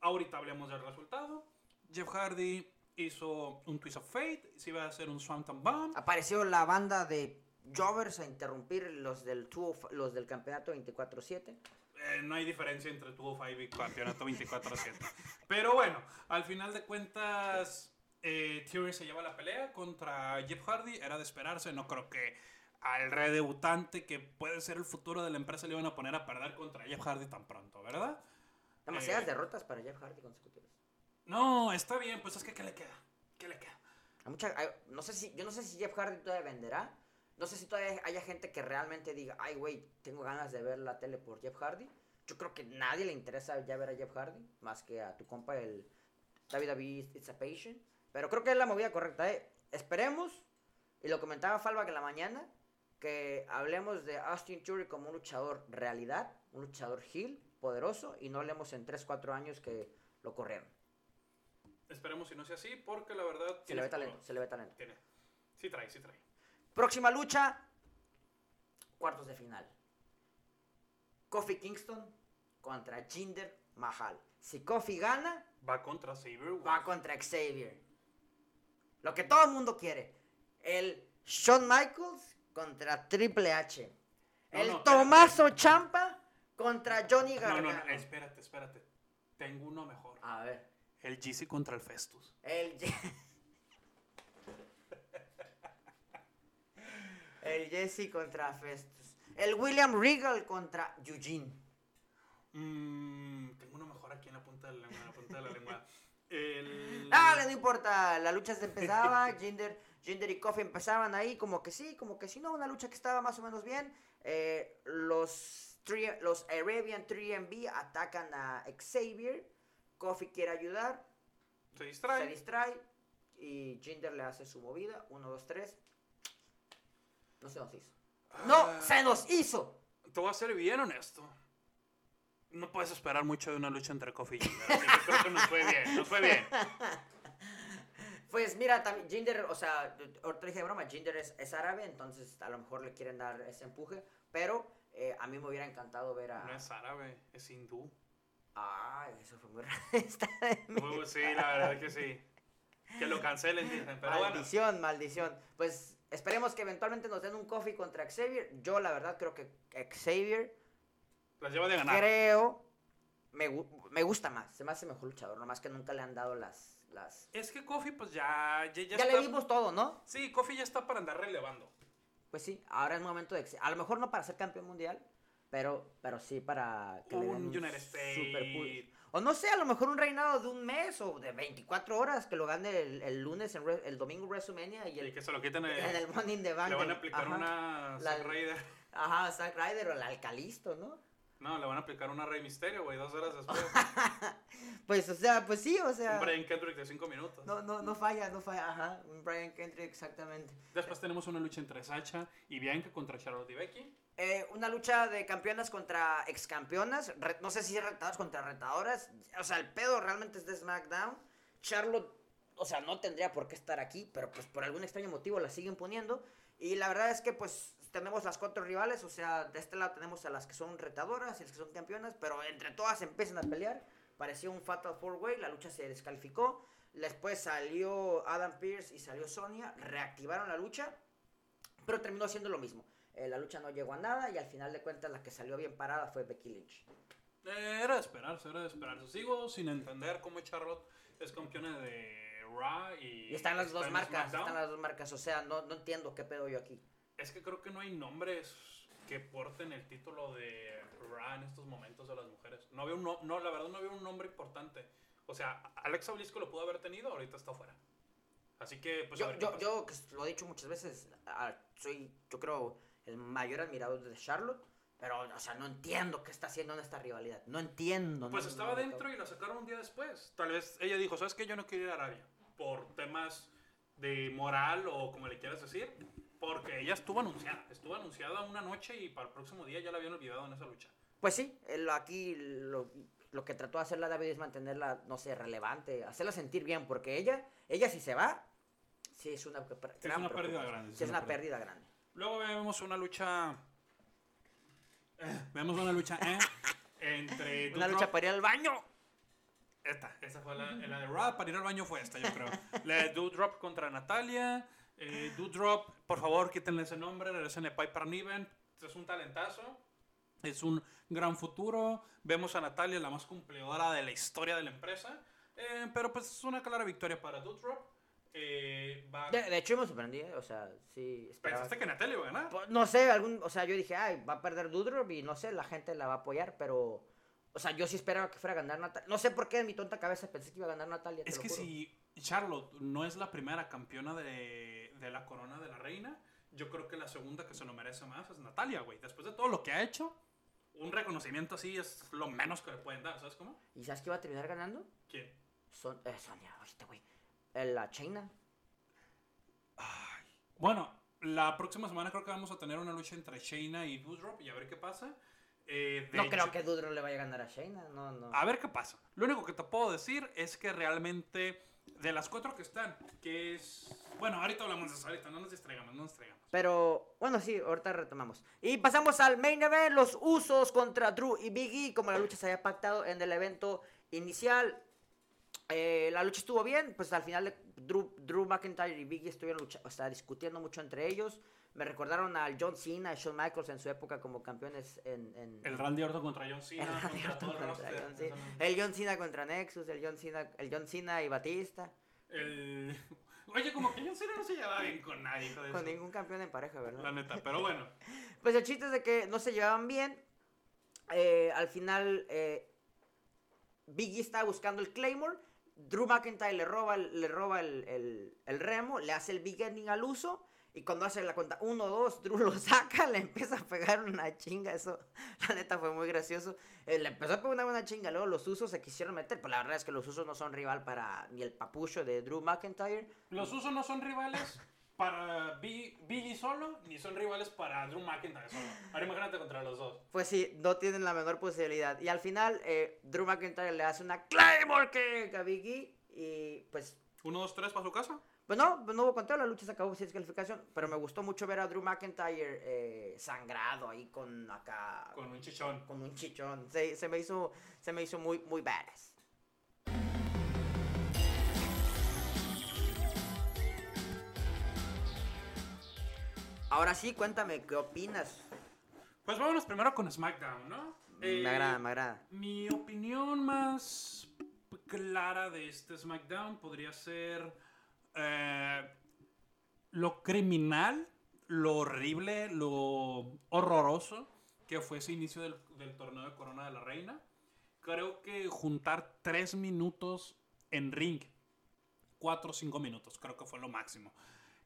S3: Ahorita hablemos del resultado. Jeff Hardy hizo un Twist of Fate, se iba a hacer un Swanton Bomb.
S2: apareció la banda de Jovers a interrumpir los del, 205 los del campeonato 24-7.
S3: Eh, no hay diferencia entre Tuvo 5 y Campeonato 24-7. Pero bueno, al final de cuentas, eh, Theory se lleva la pelea contra Jeff Hardy. Era de esperarse, no creo que al redebutante que puede ser el futuro de la empresa le iban a poner a perder contra Jeff Hardy tan pronto, ¿verdad?
S2: Demasiadas
S3: Eh.
S2: derrotas para Jeff Hardy consecutivas.
S3: No, está bien, pues es que ¿qué le queda? ¿Qué le queda?
S2: A mucha- a- no sé si, yo no sé si Jeff Hardy todavía venderá. No sé si todavía haya gente que realmente diga, ay, güey, tengo ganas de ver la tele por Jeff Hardy. Yo creo que nadie le interesa ya ver a Jeff Hardy, más que a tu compa, el David David It's a Patient. Pero creo que es la movida correcta, ¿eh? Esperemos, y lo comentaba Falva que en la mañana, que hablemos de Austin Theory como un luchador realidad, un luchador heel, poderoso, y no hablemos en 3-4 años que lo corrieron.
S3: Esperemos si no sea así, porque la verdad.
S2: Se le ve
S3: futuro.
S2: talento, se le ve talento.
S3: Tiene. Sí trae, sí trae.
S2: Próxima lucha, cuartos de final. Kofi Kingston contra Jinder Mahal. Si Kofi gana,
S3: Va contra Saber.
S2: va contra Xavier. Lo que todo el mundo quiere. El Shawn Michaels contra Triple H.
S3: No,
S2: el
S3: no, espérate.
S2: Tomaso Champa contra Johnny
S3: No,
S2: Gargano. Ah.
S3: no, no, espérate, espérate. Tengo uno mejor.
S2: A ver.
S3: El GC contra el Festus.
S2: El, el Jesse contra Festus. El William Regal contra Eugene.
S3: Mm, tengo uno mejor aquí en la punta de la lengua. En la punta de
S2: [laughs]
S3: la lengua. El...
S2: Dale, no importa. Ah, La lucha se empezaba. Jinder, Jinder y Kofi empezaban ahí, como que sí, como que sí, no. Una lucha que estaba más o menos bien. Eh, los, tri- los Arabian 3MB atacan a Xavier. Kofi quiere ayudar.
S3: Se distrae.
S2: Se distrae. Y Jinder le hace su movida. Uno, dos, tres. No se nos hizo.
S3: Ah.
S2: ¡No! ¡Se nos hizo!
S3: Te voy a ser bien honesto. No puedes esperar mucho de una lucha entre Kofi y Jinder. así que creo que nos
S2: [laughs]
S3: fue bien, nos fue bien.
S2: Pues mira, también Jinder, o sea, ahorita dije de broma, Jinder es, es árabe, entonces a lo mejor le quieren dar ese empuje, pero eh, a mí me hubiera encantado ver a...
S3: No es árabe, es hindú.
S2: [laughs] Ay, eso fue muy [laughs] raro. Está de mí.
S3: Uh, sí, la verdad que sí. Que lo cancelen, dicen. Pero bueno.
S2: maldición, maldición. Pues esperemos que eventualmente nos den un coffee contra Xavier. Yo la verdad creo que Xavier,
S3: Las lleva de ganar.
S2: creo, me, gu- me gusta más, se me hace mejor luchador, nomás que nunca le han dado las... las...
S3: Es que Kofi, pues ya. Ya,
S2: ya
S3: ya está-
S2: le dimos todo, ¿no?
S3: Sí, Kofi ya está para andar relevando.
S2: Pues sí, ahora es momento de. que se- A lo mejor no para ser campeón mundial, pero, pero sí para que le den
S3: Un United
S2: super push.
S3: States.
S2: O no sé, a lo mejor un reinado de un mes o de 24 horas que lo gane el, el lunes, en Re- el domingo en WrestleMania y el,
S3: Y que se lo quiten. eh,
S2: en el Money in the Bank.
S3: le van a
S2: del-
S3: aplicar
S2: ajá. La-
S3: una Zack Ryder.
S2: Ajá, Zack Ryder o el Alcalisto, ¿no?
S3: No, le van a aplicar una Rey Misterio, güey, dos horas después.
S2: [laughs] Pues, o sea, pues sí, o sea.
S3: un Brian Kendrick de cinco minutos.
S2: No, no, no falla, no falla, ajá. Un Brian Kendrick, exactamente.
S3: Después tenemos una lucha entre Sacha y Bianca contra Charlotte y Becky.
S2: Eh, una lucha de campeonas contra excampeonas. re- no sé si retadoras contra retadoras. O sea, el pedo realmente es de SmackDown. Charlotte, o sea, no tendría por qué estar aquí, pero pues por algún extraño motivo la siguen poniendo. Y la verdad es que pues tenemos las cuatro rivales, o sea, de este lado tenemos a las que son retadoras y las que son campeonas, pero entre todas empiezan a pelear. Parecía un Fatal Four Way, la lucha se descalificó. Después salió Adam Pierce y salió Sonia, reactivaron la lucha. Pero terminó siendo lo mismo. Eh, la lucha no llegó a nada y al final de cuentas la que salió bien parada fue Becky Lynch.
S3: Eh, era de esperarse, era de esperarse. Sigo sin entender cómo Charlotte es campeona de Raw y.
S2: Y están las
S3: está
S2: dos
S3: en
S2: marcas,
S3: SmackDown.
S2: están las dos marcas, o sea, no, no entiendo qué pedo yo aquí.
S3: Es que creo que no hay nombres que porten el título de Raw en estos momentos de las mujeres. No veo un no, no, la verdad no veo un nombre importante. O sea, Alexa Blisco lo pudo haber tenido, ahorita está fuera. Así que, pues a
S2: yo,
S3: ver qué
S2: yo,
S3: pasa.
S2: yo, que lo he dicho muchas veces, ah, soy, yo creo, el mayor admirador de Charlotte, pero, o sea, no entiendo qué está haciendo en esta rivalidad, no entiendo.
S3: Pues
S2: no-
S3: estaba
S2: no-
S3: dentro y la sacaron un día después. Tal vez ella dijo, ¿sabes qué? Yo no quiero ir a Arabia. Por temas de moral o como le quieras decir. Porque ella estuvo anunciada. Estuvo anunciada una noche y para el próximo día ya la habían olvidado en esa lucha.
S2: Pues sí, eh, lo- aquí lo, lo que trató de hacer la David es mantenerla, no sé, relevante, hacerla sentir bien, porque ella, ella si se va, sí es una, gran
S3: es una pérdida
S2: preocupación,
S3: grande,
S2: sí es una pérdida grande.
S3: Luego vemos una lucha... eh, vemos una lucha...
S2: [laughs]
S3: eh, entre...
S2: Una
S3: Duke
S2: lucha
S3: Rock-
S2: para ir al baño.
S3: Esta, esa fue la, la de Raw, para ir al baño fue esta, yo creo. La de Doudrop contra Natalia. Eh, Doudrop, por favor, quítenle ese nombre, regresenle a Piper Niven. Es un talentazo, es un gran futuro. Vemos a Natalia, la más cumplidora de la historia de la empresa. Eh, pero pues es una clara victoria para Doudrop. Eh, va-
S2: De, de hecho, me sorprendí, eh, o sea, sí. Esperaba.
S3: Pensaste que Natalia iba a ganar.
S2: Pues, No sé, algún, o sea, yo dije, ay, va a perder Dudrop y no sé, la gente la va a apoyar, pero. O sea, yo sí esperaba que fuera a ganar Natalia. No sé por qué en mi tonta cabeza pensé que iba a ganar Natalia. te
S3: Es
S2: lo
S3: que
S2: juro.
S3: si Charlotte no es la primera campeona de, de la corona de la reina, yo creo que la segunda que se lo merece más es Natalia, güey. Después de todo lo que ha hecho, un reconocimiento así es lo menos que le pueden dar, ¿sabes cómo?
S2: ¿Y sabes que iba a terminar ganando?
S3: ¿Quién?
S2: Son, eh, Sonia, ahorita, güey. Eh, La China.
S3: Bueno, la próxima semana creo que vamos a tener una lucha entre Shayna y Doudrop y a ver qué pasa. Eh, de
S2: No
S3: hecho-
S2: creo que Dudrop le vaya a ganar a Shayna, no, no.
S3: A ver qué pasa. Lo único que te puedo decir es que realmente de las cuatro que están, que es... Bueno, ahorita hablamos de eso, ahorita no nos distraigamos, no nos distraigamos.
S2: Pero bueno, sí, ahorita retomamos. Y pasamos al main event, los usos contra Drew y Biggie, como la lucha se había pactado en el evento inicial. Eh, la lucha estuvo bien, pues al final Drew, Drew McIntyre y Biggie estuvieron lucha- o sea, discutiendo mucho entre ellos. Me recordaron al John Cena y Shawn Michaels en su época como campeones en... en-
S3: El Randy Orton contra John
S2: en [laughs] Radio
S3: Cena, contra todo el
S2: contra
S3: roster,
S2: John Cena.
S3: exactamente.
S2: El John Cena contra Nexus, el John Cena, el John Cena y Batista.
S3: El- Oye, como que John Cena no se llevaba bien con nadie, hijo de
S2: Con
S3: su-
S2: ningún campeón en pareja, ¿verdad?
S3: La neta, pero bueno.
S2: Pues el chiste es de que no se llevaban bien. Eh, al final, eh, Biggie está buscando el Claymore. Drew McIntyre le roba, el- le roba el, el- el remo, le hace el big ending al uso. Y cuando hace la cuenta 1, 2, Drew lo saca, [laughs] le empieza a pegar una chinga. Eso, [laughs] la neta, fue muy gracioso. Eh, le empezó a pegar una buena chinga. Luego los usos se quisieron meter. Pero la verdad es que los usos no son rival para ni el papucho de Drew McIntyre.
S3: Los usos no son rivales para Bi- Biggie solo, ni son rivales para Drew McIntyre solo. Ahora imagínate contra los dos.
S2: Pues sí, no tienen la menor posibilidad. Y al final, eh, Drew McIntyre le hace una Claymore que a Biggie. Y pues,
S3: Uno, dos, tres para su casa.
S2: pues no, pues no hubo conteo, la lucha se acabó sin descalificación. Pero me gustó mucho ver a Drew McIntyre eh, sangrado ahí con acá.
S3: Con un chichón.
S2: con un chichón. Se, se me hizo, se me hizo muy, muy badass. Ahora sí, cuéntame, ¿qué opinas?
S3: Pues vámonos primero con SmackDown, ¿no? Eh,
S2: me agrada, me agrada.
S3: Mi opinión más clara de este SmackDown podría ser eh, lo criminal, lo horrible, lo horroroso que fue ese inicio del, del torneo de Corona de la Reina. creo que juntar tres minutos en ring, cuatro o cinco minutos, creo que fue lo máximo,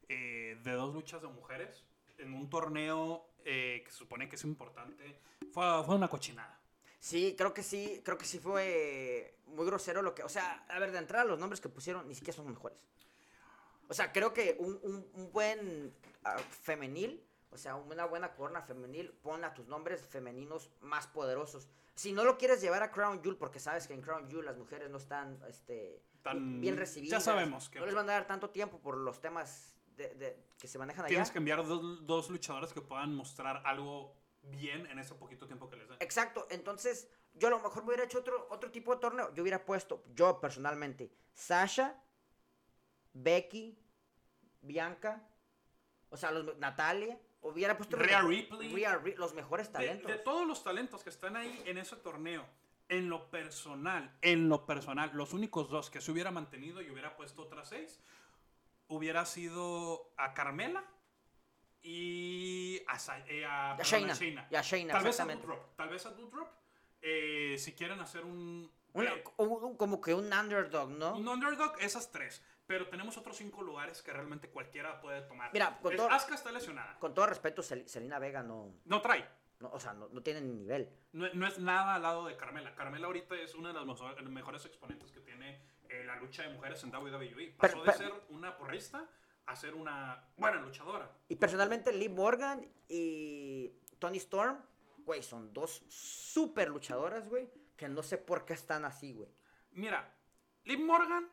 S3: eh, de dos luchas de mujeres en un torneo eh, que se supone que es importante, fue, fue una cochinada.
S2: Sí, creo que sí, creo que sí fue muy grosero lo que, o sea, a ver, de entrada los nombres que pusieron ni siquiera son los mejores. O sea, creo que un, un- un buen ah, femenil, o sea, una buena corona femenil, pon a tus nombres femeninos más poderosos. Si no lo quieres llevar a Crown Jewel, porque sabes que en Crown Jewel las mujeres no están este,
S3: Tan-
S2: bien
S3: ya
S2: recibidas.
S3: sabemos que-
S2: No les van a dar tanto tiempo por los temas de- de- que se manejan allá.
S3: Tienes que enviar dos, dos luchadores que puedan mostrar algo bien en ese poquito tiempo que les dan.
S2: Exacto, entonces yo a lo mejor me hubiera hecho otro, otro tipo de torneo. Yo hubiera puesto, yo personalmente, Sasha, Becky, Bianca, o sea, los, Natalia, hubiera puesto
S3: Rhea
S2: los-
S3: Ripley.
S2: Rhea Ri- los mejores
S3: De-
S2: talentos.
S3: De, todos los talentos que están ahí en ese torneo, en lo personal, en lo personal, los únicos dos que se hubiera mantenido y hubiera puesto otras seis, hubiera sido a Carmela y a, Sa- eh, a-
S2: Y a
S3: perdón,
S2: Shayna,
S3: a Shayna.
S2: y a Shayna,
S3: tal vez a
S2: exactamente.
S3: Doudrop, tal vez a Doudrop, eh, si quieren hacer un...
S2: Una-
S3: eh,
S2: un- un- como que un underdog, ¿no?
S3: un underdog, esas tres. Pero tenemos otros cinco lugares que realmente cualquiera puede tomar.
S2: Mira, con
S3: Es-
S2: todo-
S3: Asuka está lesionada.
S2: Con todo respeto, Sel- Selena Vega no,
S3: No trae.
S2: no, o sea, no, no tiene ni nivel.
S3: No, no es nada al lado de Carmela. Carmela ahorita es una de las mejo- mejores exponentes que tiene eh, la lucha de mujeres en WWE. Pasó
S2: Pero-
S3: de
S2: pero-
S3: ser una porrista a ser una buena luchadora.
S2: Y personalmente, Lee Morgan y Tony Storm, güey, son dos super luchadoras, güey, que no sé por qué están así, güey.
S3: Mira, Liv Morgan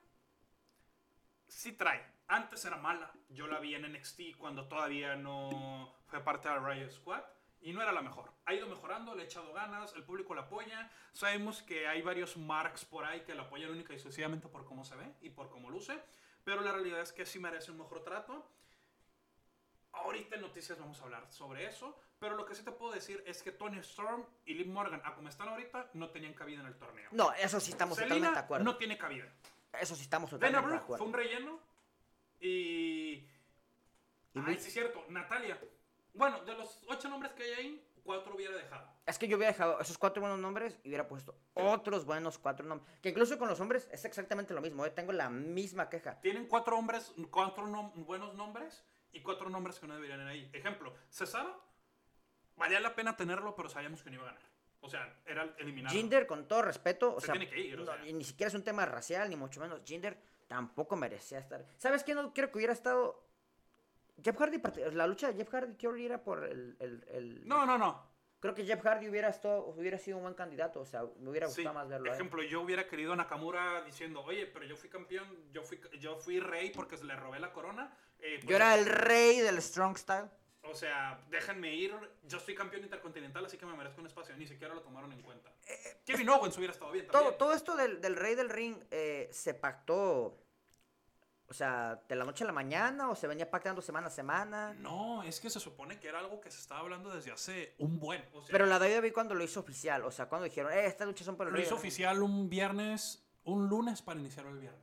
S3: sí trae. Antes era mala. Yo la vi en NXT cuando todavía no fue parte de Riot Squad. Y no era la mejor. Ha ido mejorando, le ha echado ganas, el público la apoya. Sabemos que hay varios marks por ahí que la apoyan única y exclusivamente por cómo se ve y por cómo luce. Pero la realidad es que sí merece un mejor trato. Ahorita en noticias vamos a hablar sobre eso. Pero lo que sí te puedo decir es que Tony Storm y Liv Morgan, a como están ahorita, no tenían cabida en el torneo.
S2: No, eso sí estamos
S3: Selena
S2: totalmente de acuerdo.
S3: no tiene cabida.
S2: Eso sí estamos
S3: Dana
S2: totalmente de
S3: Brooke
S2: acuerdo.
S3: fue un relleno. Y.
S2: Y
S3: Ay,
S2: Liz.
S3: sí, es cierto. Natalia. Bueno, de los ocho nombres que hay ahí, cuatro hubiera dejado.
S2: Es que yo hubiera dejado esos cuatro buenos nombres y hubiera puesto otros buenos cuatro nombres. Que incluso con los hombres es exactamente lo mismo. eh, Tengo la misma queja.
S3: Tienen cuatro hombres, cuatro nom- buenos nombres y cuatro nombres que no deberían ir ahí. Ejemplo, Cesaro. Valía la pena tenerlo, pero sabíamos que no iba a ganar. O sea, era eliminado.
S2: Jinder, con todo respeto, o
S3: Se
S2: sea,
S3: tiene que ir, o
S2: no,
S3: sea.
S2: y ni siquiera es un tema racial, ni mucho menos. Jinder tampoco merecía estar. ¿Sabes qué? No creo que hubiera estado. Jeff Hardy, parte- la lucha de Jeff Hardy, Theory era por el. el- el-
S3: No, no, no.
S2: Creo que Jeff Hardy hubiera, estado, hubiera sido un buen candidato, o sea, me hubiera
S3: Sí,
S2: gustado más verlo. ¿eh? a él.
S3: ejemplo, yo hubiera querido a Nakamura diciendo, oye, pero yo fui campeón, yo fui, yo fui rey porque se le robé la corona. eh, pues,
S2: Yo era el rey del Strong Style.
S3: O sea, déjenme ir. Yo soy campeón intercontinental, así que me merezco un espacio. Ni siquiera lo tomaron en cuenta. Kevin Owens hubiera estado bien
S2: Eh, Todo,
S3: también.
S2: todo esto del, del rey del ring eh, se pactó, o sea, de la noche a la mañana o se venía pactando semana a semana.
S3: No, es que se supone que era algo que se estaba hablando desde hace un buen. O sea,
S2: Pero la WWE cuando lo hizo oficial, o sea, cuando dijeron, eh, estas luchas son para el
S3: lo
S2: rey
S3: hizo
S2: del ring".
S3: oficial un viernes, un lunes para iniciar el viernes.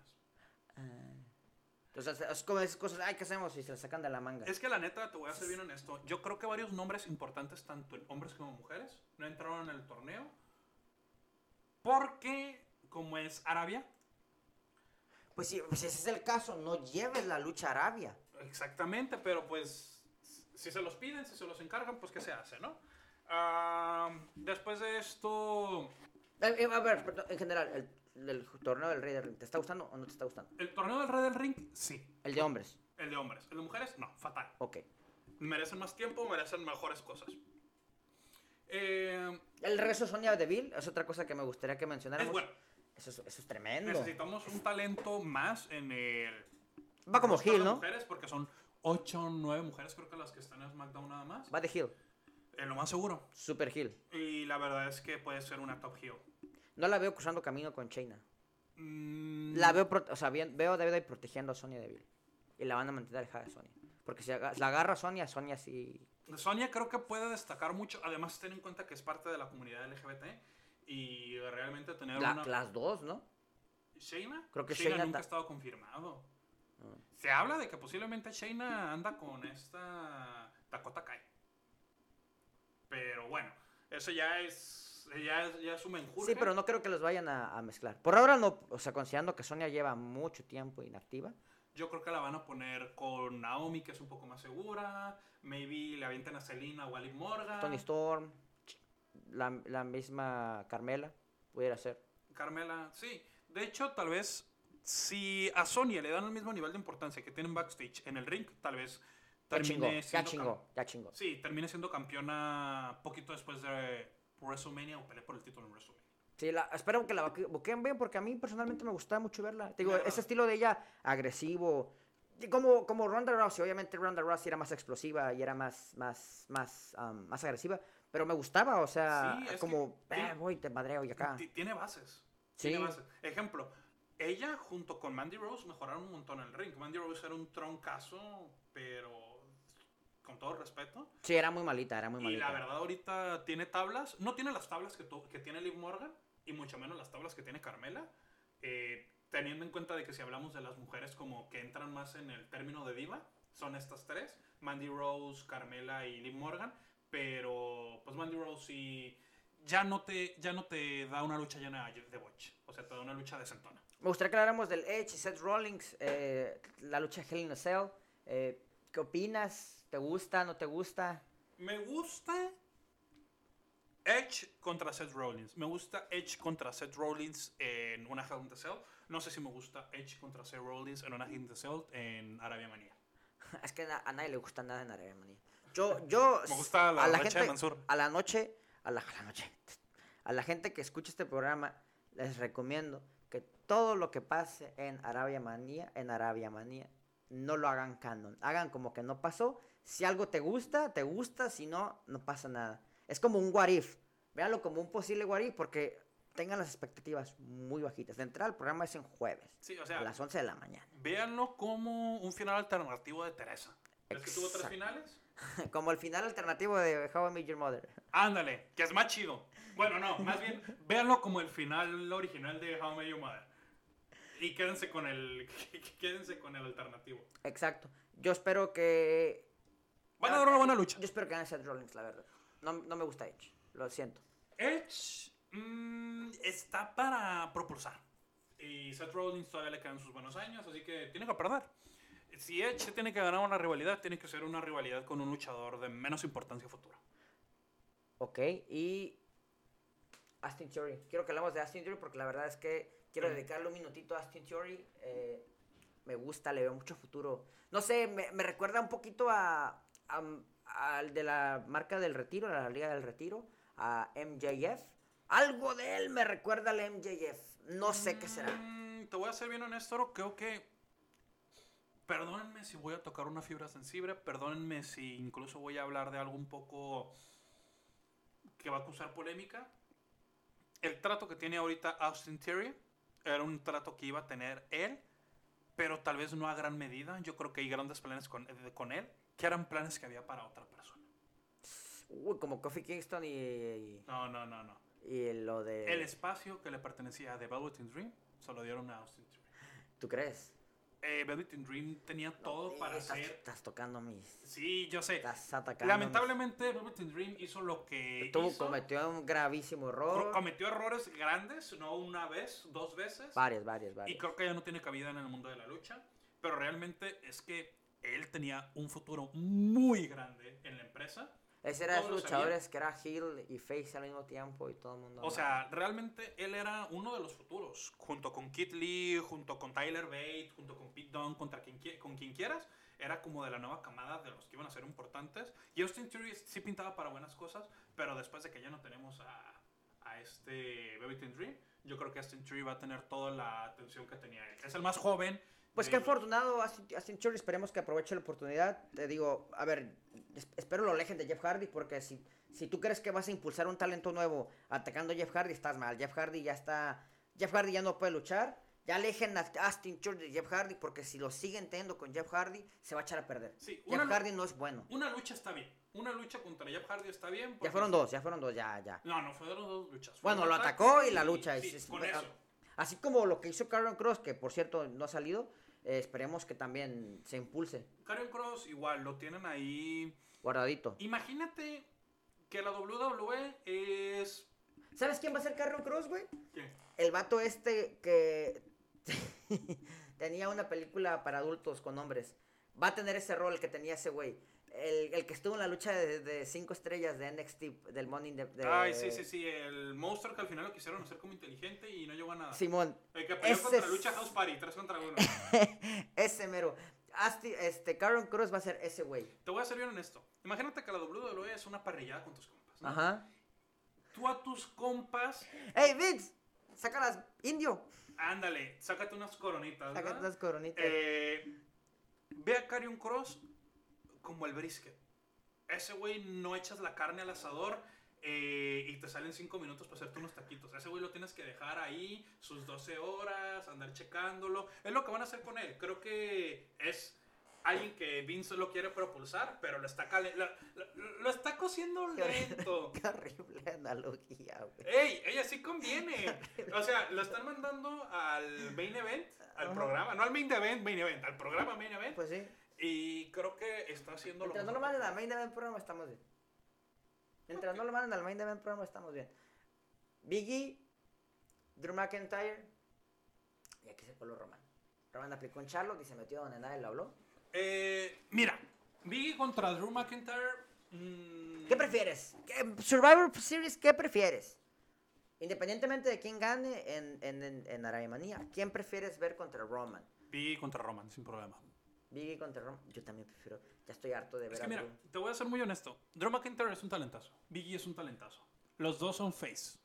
S2: Entonces, es como esas cosas, ay, ¿qué hacemos? Y se las sacan de la manga.
S3: Es que la neta, te voy a ser bien honesto. Yo creo que varios nombres importantes, tanto en hombres como mujeres, no entraron en el torneo. Porque, como es Arabia,
S2: Pues sí, pues ese es el caso, no lleves la lucha a Arabia.
S3: Exactamente, pero pues si se los piden, si se los encargan, pues qué se hace, ¿no? Ah, después de esto,
S2: Eh, eh, a ver, perdón, en general, el, el torneo del rey del ring, ¿te está gustando o no te está gustando?
S3: el torneo del Red del Ring, sí.
S2: El de hombres,
S3: El de hombres. El de mujeres, no, fatal.
S2: ok.
S3: Merecen más tiempo, merecen mejores cosas. Eh,
S2: El rezo Sonia Deville es otra cosa que me gustaría que mencionáramos.
S3: Es bueno.
S2: Eso, es- eso es tremendo.
S3: necesitamos un talento más en el.
S2: Va como
S3: roster de
S2: Gil, ¿no?
S3: mujeres, porque son 8 o 9 mujeres, creo que las que están en SmackDown nada más.
S2: Va de Hill,
S3: Eh, lo más seguro.
S2: Super Hill.
S3: Y la verdad es que puede ser una top heel.
S2: No la veo cruzando camino con Chaina.
S3: Mm,
S2: La veo, prote- o sea, bien- veo a David protegiendo a Sonia Deville. Y la van a mantener alejada de Sonia. Porque si aga- la agarra Sonia, Sonia sí.
S3: Sonia creo que puede destacar mucho. Además, ten en cuenta que es parte de la comunidad LGBT. Y realmente tener
S2: la-
S3: una.
S2: Las dos, ¿no?
S3: ¿Shayna?
S2: Creo que
S3: Shayna
S2: Shayna
S3: nunca
S2: ta- Ah.
S3: ha estado confirmado. Se habla de que posiblemente Shayna anda con esta Dakota Kai. Pero bueno, eso ya es es, ya, es- ya es un menjurje.
S2: Sí, pero no creo que los vayan a, a mezclar. Por ahora no, o sea, considerando que Sonia lleva mucho tiempo inactiva.
S3: Yo creo que la van a poner con Naomi, que es un poco más segura. Maybe le avientan a Selena o a Liv Morgan.
S2: Tony Storm, la, la misma Carmela, pudiera ser.
S3: Carmela, sí. De hecho, tal vez si a Sonia le dan el mismo nivel de importancia que tienen backstage en el ring, tal vez
S2: Ya chingó,
S3: termine
S2: ya
S3: siendo
S2: chingó, ya chingó.
S3: cam- Sí, termine siendo campeona poquito después de WrestleMania o pelea por el título en WrestleMania.
S2: Sí, la, espero que la boque- boqueen bien porque a mí personalmente me gustaba mucho verla. Te digo,
S3: Claro.
S2: ese estilo de ella agresivo, y como, como Ronda Rousey, obviamente Ronda Rousey era más explosiva y era más, más, más, am, más agresiva, pero me gustaba, o sea,
S3: Sí, es que
S2: como,
S3: tiene-
S2: eh, voy, te madreo y acá.
S3: Ti- Tiene bases.
S2: Sí.
S3: Tiene bases. Ejemplo, ella junto con Mandy Rose mejoraron un montón en el ring. Mandy Rose era un troncazo, pero con todo respeto.
S2: Sí, era muy malita, era muy
S3: Y la
S2: malita.
S3: verdad, ahorita tiene tablas. No tiene las tablas que, tu- que tiene Liv Morgan y mucho menos las tablas que tiene Carmela. eh, teniendo en cuenta de que si hablamos de las mujeres como que entran más en el término de diva, son estas tres: Mandy Rose, Carmela y Liv Morgan. Pero pues Mandy Rose sí ya no te, ya no te da una lucha llena de botch. O sea, te da una lucha decentona.
S2: Me gustaría que habláramos del Edge y Seth Rollins, eh, la lucha de Hell in a Cell. eh, ¿Qué opinas? ¿Te gusta? ¿No te gusta?
S3: Me gusta Edge contra Seth Rollins. Me gusta Edge contra Seth Rollins en una Hell in the Cell. No sé si me gusta Edge contra Seth Rollins en una Hell in the Cell en Arabia Manía.
S2: [laughs] Es que na- a nadie le gusta nada en Arabia Manía. Yo, yo.
S3: [laughs] Me gusta la
S2: a
S3: noche de Mansur.
S2: A la noche, a la, a la noche. [laughs] A la gente que escucha este programa, les recomiendo que todo lo que pase en Arabia Manía, en Arabia Manía, no lo hagan canon. Hagan como que no pasó. Si algo te gusta, te gusta. Si no, no pasa nada. Es como un what if. Véanlo como un posible what if porque tengan las expectativas muy bajitas. De entrada, el programa es en jueves,
S3: Sí, o
S2: a
S3: sea,
S2: las 11 de la mañana.
S3: véanlo como un final alternativo de Teresa. ¿Es que tuvo tres
S2: Exacto.
S3: finales?
S2: [laughs] Como el final alternativo de How I Met Your Mother.
S3: Ándale, que es más chido. Bueno, no, más bien, véanlo como el final original de How I Met Your Mother. Y quédense con el, [laughs] quédense con el alternativo.
S2: Exacto. Yo espero que.
S3: Van a dar una buena lucha.
S2: Yo espero que gane Seth Rollins, la verdad. No, no me gusta Edge. Lo siento.
S3: Edge mm, está para propulsar. Y Seth Rollins todavía le quedan sus buenos años, así que tiene que perder. Si Edge se tiene que ganar una rivalidad, tiene que ser una rivalidad con un luchador de menos importancia futura.
S2: Ok, y. Astin Theory. Quiero que hablemos de Astin Theory porque la verdad es que quiero
S3: Mm.
S2: dedicarle un minutito a Astin Theory. Eh, me gusta, le veo mucho futuro. No sé, me, me recuerda un poquito a, a- al de la marca del retiro, la Liga del Retiro, a MJF. Algo de él me recuerda al MJF. No sé qué será.
S3: Mm, te voy a ser bien honesto, Oro, creo que... Perdónenme si voy a tocar una fibra sensible, perdónenme si incluso voy a hablar de algo un poco que va a causar polémica. El trato que tiene ahorita Austin Theory era un trato que iba a tener él, pero tal vez no a gran medida. Yo creo que hay grandes planes con, eh, con él, que eran planes que había para otra persona.
S2: Uy, como Kofi Kingston y, y-
S3: No, no, no, no.
S2: y lo de...
S3: El espacio que le pertenecía a The Velvet Dream se lo dieron a Austin Theory.
S2: ¿Tú crees?
S3: Eh, Velvet Dream tenía todo
S2: Eh,
S3: para
S2: estás,
S3: hacer.
S2: Estás tocando mis...
S3: Sí, yo sé.
S2: Estás atacando... mis-
S3: Lamentablemente, Velvet Dream hizo lo que.
S2: Tú
S3: hizo.
S2: cometió un gravísimo
S3: Co-
S2: error.
S3: cometió errores grandes, no una vez, dos veces.
S2: Varios, varios,
S3: Y
S2: varios.
S3: creo que ya no tiene cabida en el mundo de la lucha. Pero realmente es que él tenía un futuro muy grande en la empresa.
S2: Ese era de esos
S3: todos lo sabían.
S2: luchadores que era heel y face al mismo tiempo y todo el mundo...
S3: O sea, realmente él era uno de los futuros. Junto con Kit Lee, junto con Tyler Bate, junto con Pete Dunne, contra quien, qui- con quien quieras. Era como de la nueva camada de los que iban a ser importantes. Y Austin Theory sí pintaba para buenas cosas, pero después de que ya no tenemos a, a este Baby Teen Dream, yo creo que Austin Theory va a tener toda la atención que tenía él. Es el más joven.
S2: Pues
S3: de-
S2: qué afortunado Austin Austin Theory, esperemos que aproveche la oportunidad. Te digo, a ver, es- espero lo alejen de Jeff Hardy porque si, si tú crees que vas a impulsar un talento nuevo atacando a Jeff Hardy, estás mal. Jeff Hardy ya está, Jeff Hardy ya no puede luchar. Ya alejen a Austin Theory de Jeff Hardy porque si lo siguen teniendo con Jeff Hardy, se va a echar a perder.
S3: Sí,
S2: Jeff
S3: una lu-
S2: Hardy no es bueno.
S3: Una lucha está bien. Una lucha contra Jeff Hardy está bien.
S2: Ya
S3: porque-
S2: fueron dos, ya fueron dos, ya, ya.
S3: No, no fueron dos luchas. Fue
S2: Bueno,
S3: un
S2: lo
S3: ataque
S2: atacó y la lucha.
S3: sí,
S2: es- es-
S3: con
S2: a-
S3: eso.
S2: Así como lo que hizo Karen Cross, que por cierto no ha salido, eh, esperemos que también se impulse.
S3: Karen Cross igual, lo tienen ahí.
S2: Guardadito.
S3: Imagínate que la WWE E es
S2: ¿Sabes quién va a ser Carrion Cross, güey?
S3: ¿Qué?
S2: El vato este que [laughs] tenía una película para adultos con hombres. Va a tener ese rol que tenía ese güey. El, el que estuvo en la lucha de, de cinco estrellas de NXT, del Morning de, de-
S3: Ay, sí, sí, sí. El monstruo que al final lo quisieron hacer como inteligente y no llegó a nada.
S2: Simón.
S3: El que peleó
S2: Ese
S3: contra
S2: es-
S3: Lucha House Party, 3 contra 1.
S2: ese mero. Asti- este, Karen Cruz va a ser ese güey.
S3: Te voy a ser bien honesto. Imagínate que la WWE es una parrillada con tus compas. ¿no?
S2: Ajá.
S3: Tú a tus compas,
S2: ¡Ey, Vince! Saca las. Indio.
S3: ándale, sácate unas coronitas.
S2: Saca
S3: ¿verdad?
S2: las coronitas.
S3: Eh, ve a Carion Cross como el brisket. Ese güey no echas la carne al asador eh, y te salen 5 minutos para hacerte unos taquitos. Ese güey lo tienes que dejar ahí sus 12 horas, andar checándolo. Es lo que van a hacer con él. Creo que es alguien que Vince lo quiere propulsar, pero lo está, calen- la- la- lo está cociendo
S2: Qué horrible. [laughs]
S3: lento.
S2: Qué horrible analogía, güey.
S3: ¡Ey! Ella sí conviene. O sea, lo están mandando al main event, al
S2: Ajá.
S3: programa. No al main event, main event, al programa main event.
S2: Pues sí.
S3: Y creo que está haciendo lo
S2: Mientras no
S3: mejor.
S2: lo manden al main event programa, estamos bien. Mientras no lo manden al main event programa, estamos bien. Biggie, Drew McIntyre. Y aquí se coló Roman. Roman aplicó un Charlock y se metió donde nadie lo habló.
S3: Eh, mira, Biggie contra Drew McIntyre. mm,
S2: ¿Qué prefieres? ¿Qué- Survivor Series, ¿qué prefieres? Independientemente de quién gane en, en, en, en Araimanía, ¿quién prefieres ver contra Roman?
S3: Biggie contra Roman, sin problema.
S2: Biggie contra Roman. Yo también prefiero. Ya estoy harto de ver
S3: Es
S2: a
S3: que mira,
S2: Drew.
S3: te voy a ser muy honesto. Drew McIntyre es un talentazo. Biggie es un talentazo. Los dos son face.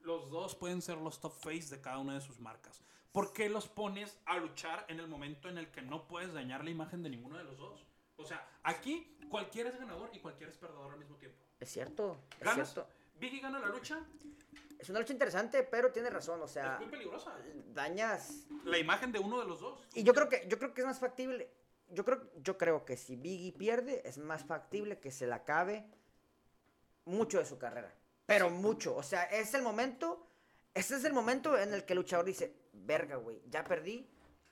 S3: Los dos pueden ser los top face de cada una de sus marcas. ¿Por qué los pones a luchar en el momento en el que no puedes dañar la imagen de ninguno de los dos? O sea, aquí cualquiera es ganador y cualquiera es perdedor al mismo tiempo.
S2: Es cierto, es
S3: ¿Ganas?
S2: cierto.
S3: Biggie gana la lucha.
S2: Es una lucha interesante, pero tiene razón, o sea,
S3: Es muy peligrosa.
S2: dañas.
S3: La imagen de uno de los dos.
S2: Y yo creo que yo creo que es más factible. Yo creo yo creo que si Biggie pierde es más factible que se le acabe mucho de su carrera, pero mucho, o sea, es el momento ese es el momento en el que el luchador dice, "Verga, güey, ya perdí.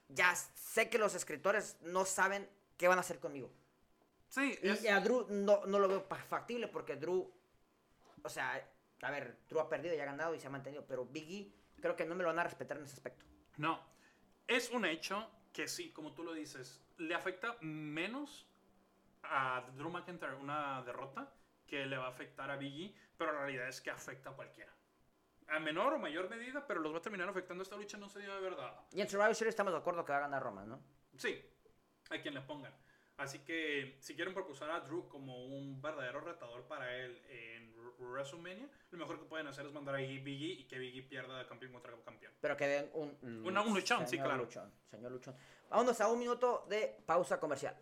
S2: Ya sé que los escritores no saben qué van a hacer conmigo."
S3: Sí,
S2: Y
S3: es-
S2: a Drew no, no lo veo pa- factible porque Drew, o sea, a ver, Drew ha perdido y ha ganado y se ha mantenido, pero Biggie creo que no me lo van a respetar en ese aspecto.
S3: No, es un hecho que sí, como tú lo dices, le afecta menos a Drew McIntyre una derrota que le va a afectar a Biggie, pero la realidad es que afecta a cualquiera. A menor o mayor medida, pero los va a terminar afectando. Esta lucha no se dio de verdad.
S2: Y en Survivor Series estamos de acuerdo que va a ganar Roman, ¿no?
S3: Sí, a quien le pongan. Así que si quieren propulsar a Drew como un verdadero retador para él en WrestleMania, lo mejor que pueden hacer es mandar ahí Biggie y que Biggie pierda de campeón contra campeón.
S2: Pero que den un...
S3: Una- un luchón, sí,
S2: señor
S3: claro.
S2: Luchón, señor luchón. Vámonos a un minuto de pausa comercial.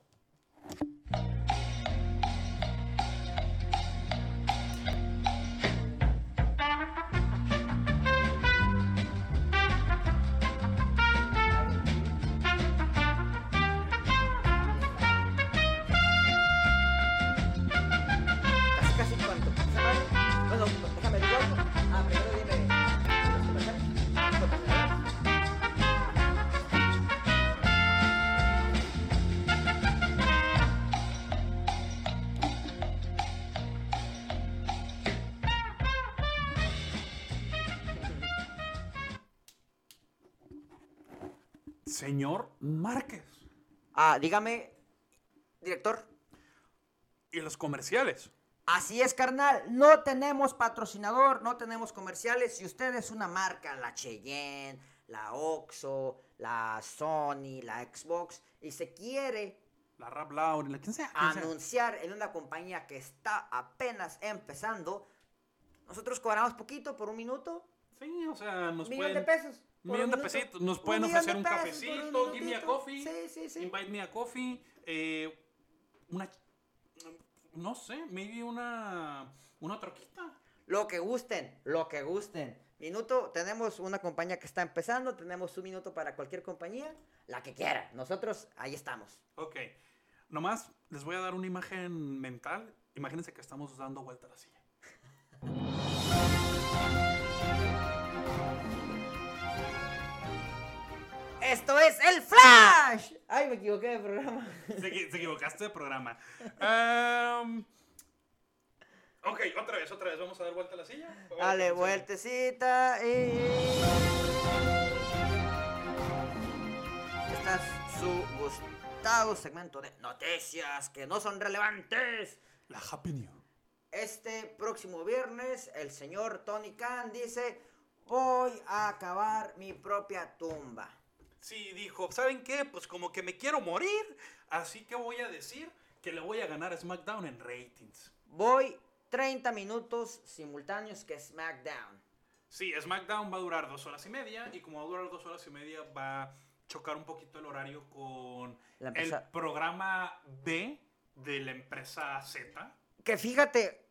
S2: Casi, casi cuanto. ¿Se vale? Bueno, déjame el cuarto. Ah, primero dime... ¿los comerciales? ¿Los comerciales?
S3: Señor Márquez.
S2: Ah, dígame, director.
S3: Y los comerciales.
S2: Así es, carnal. No tenemos patrocinador, no tenemos comerciales. Si usted es una marca, la Cheyenne, la Oxxo, la Sony, la Xbox, y se quiere
S3: La Rap Loud, la quien sea.
S2: Ah,
S3: quien sea.
S2: anunciar en una compañía que está apenas empezando, nosotros cobramos poquito por un minuto,
S3: Sí, o sea, nos
S2: millón
S3: pueden...
S2: de pesos. por
S3: millón
S2: un
S3: de
S2: minuto.
S3: pesitos. Nos
S2: Un
S3: pueden
S2: millón
S3: ofrecer
S2: de
S3: un
S2: pesos por
S3: cafecito, give me a
S2: minutito.
S3: coffee,
S2: Sí, sí, sí.
S3: invite me a coffee, eh, una... No sé, maybe una... Una troquita.
S2: Lo que gusten, lo que gusten. Minuto, tenemos una compañía que está empezando, tenemos un minuto para cualquier compañía, la que quiera. Nosotros ahí estamos.
S3: Ok. Nomás les voy a dar una imagen mental. Imagínense que estamos dando vuelta a la silla.
S2: Esto es el Flash. Ay, me equivoqué de programa.
S3: Se, equi- se equivocaste de programa. Am, Em, Ok, otra vez, otra vez. Vamos a dar vuelta a la silla. Ahora
S2: Dale,
S3: comenzamos.
S2: vueltecita. Y... Esta Este es su gustado segmento de noticias que no son relevantes.
S3: La Happy New.
S2: Este próximo viernes, el señor Tony Khan dice: Voy a cavar mi propia tumba.
S3: Sí, dijo, ¿saben qué? Pues como que me quiero morir. Así que voy a decir que le voy a ganar a SmackDown en ratings.
S2: Voy 30 minutos simultáneos que SmackDown.
S3: Sí, SmackDown va a durar dos horas y media y como va a durar dos horas y media va a chocar un poquito el horario con
S2: La
S3: el
S2: empresa-
S3: programa B de la empresa Z.
S2: Que fíjate.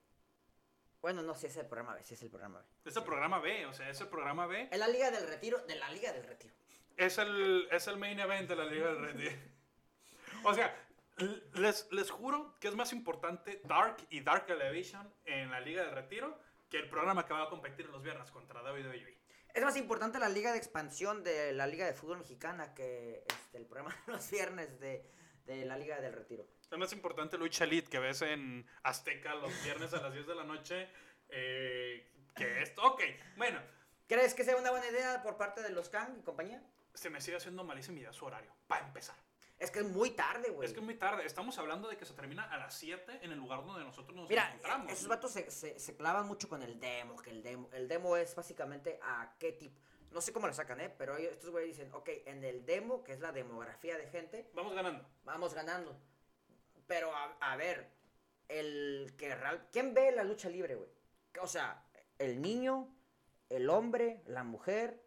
S2: Bueno, no, si es el programa B, si es el programa B.
S3: Es el programa B, o sea, es el programa B.
S2: En la Liga del Retiro, de la Liga del Retiro.
S3: Es el, es el main event de la Liga del Rey. [laughs] O sea, l- les, les juro que es más importante Dark y Dark Elevation en la Liga del Retiro que el programa que va a competir los viernes contra E. WWE.
S2: Es más importante la Liga de Expansión de la Liga de Fútbol Mexicana que este, el programa de los viernes de, de la Liga del Retiro.
S3: Es más importante Lucha Elite que ves en Azteca los viernes a las 10 de la noche eh, que esto. Ok, bueno,
S2: ¿Crees que sea una buena idea por parte de los Kang y compañía?
S3: se me sigue haciendo malísima idea su horario, para empezar.
S2: Es que es muy tarde, güey.
S3: Es que es muy tarde, estamos hablando de que se termina a las 7 en el lugar donde nosotros nos
S2: Mira,
S3: encontramos.
S2: esos vatos se, se- se clavan mucho con el demo, que el demo, el demo es básicamente a qué tipo. No sé cómo lo sacan, ¿eh? Pero ellos- estos güeyes dicen, ok, en el demo, que es la demografía de gente,
S3: Vamos ganando.
S2: vamos ganando. Pero a, a ver, el que real- ¿quién ve la lucha libre, güey? Que- O sea, el niño, el hombre, la mujer,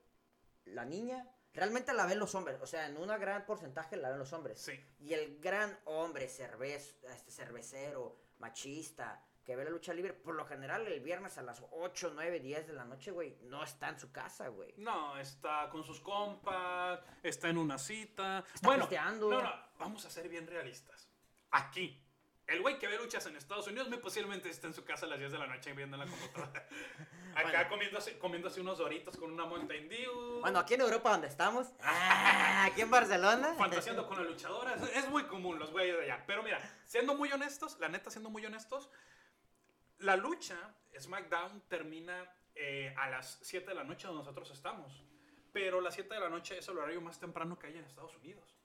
S2: la niña, realmente la ven los hombres, o sea, en un gran porcentaje la ven los hombres.
S3: Sí.
S2: Y el gran hombre cervez, este cervecero, machista, que ve la lucha libre, por lo general el viernes a las 8, 9, 10 de la noche, güey, no está en su casa, güey.
S3: No, está con sus compas, está en una cita.
S2: Está
S3: bueno,
S2: pisteando.
S3: no, no, vamos a ser bien realistas. Aquí, el güey que ve luchas en Estados Unidos muy posiblemente está en su casa a las 10 de la noche viendo en la
S2: [laughs]
S3: computadora. Acá
S2: Bueno.
S3: comiéndose, comiéndose unos doritos con una Mountain Dew.
S2: Bueno, aquí en Europa donde estamos, [laughs] ah, aquí en Barcelona.
S3: [laughs]
S2: Eh,
S3: Fantaseando con la luchadora, es, es muy común los güeyes de allá. Pero mira, siendo muy honestos, la neta, siendo muy honestos, la lucha SmackDown termina eh, a las 7 de la noche donde nosotros estamos. Pero las 7 de la noche es el horario más temprano que hay en Estados Unidos.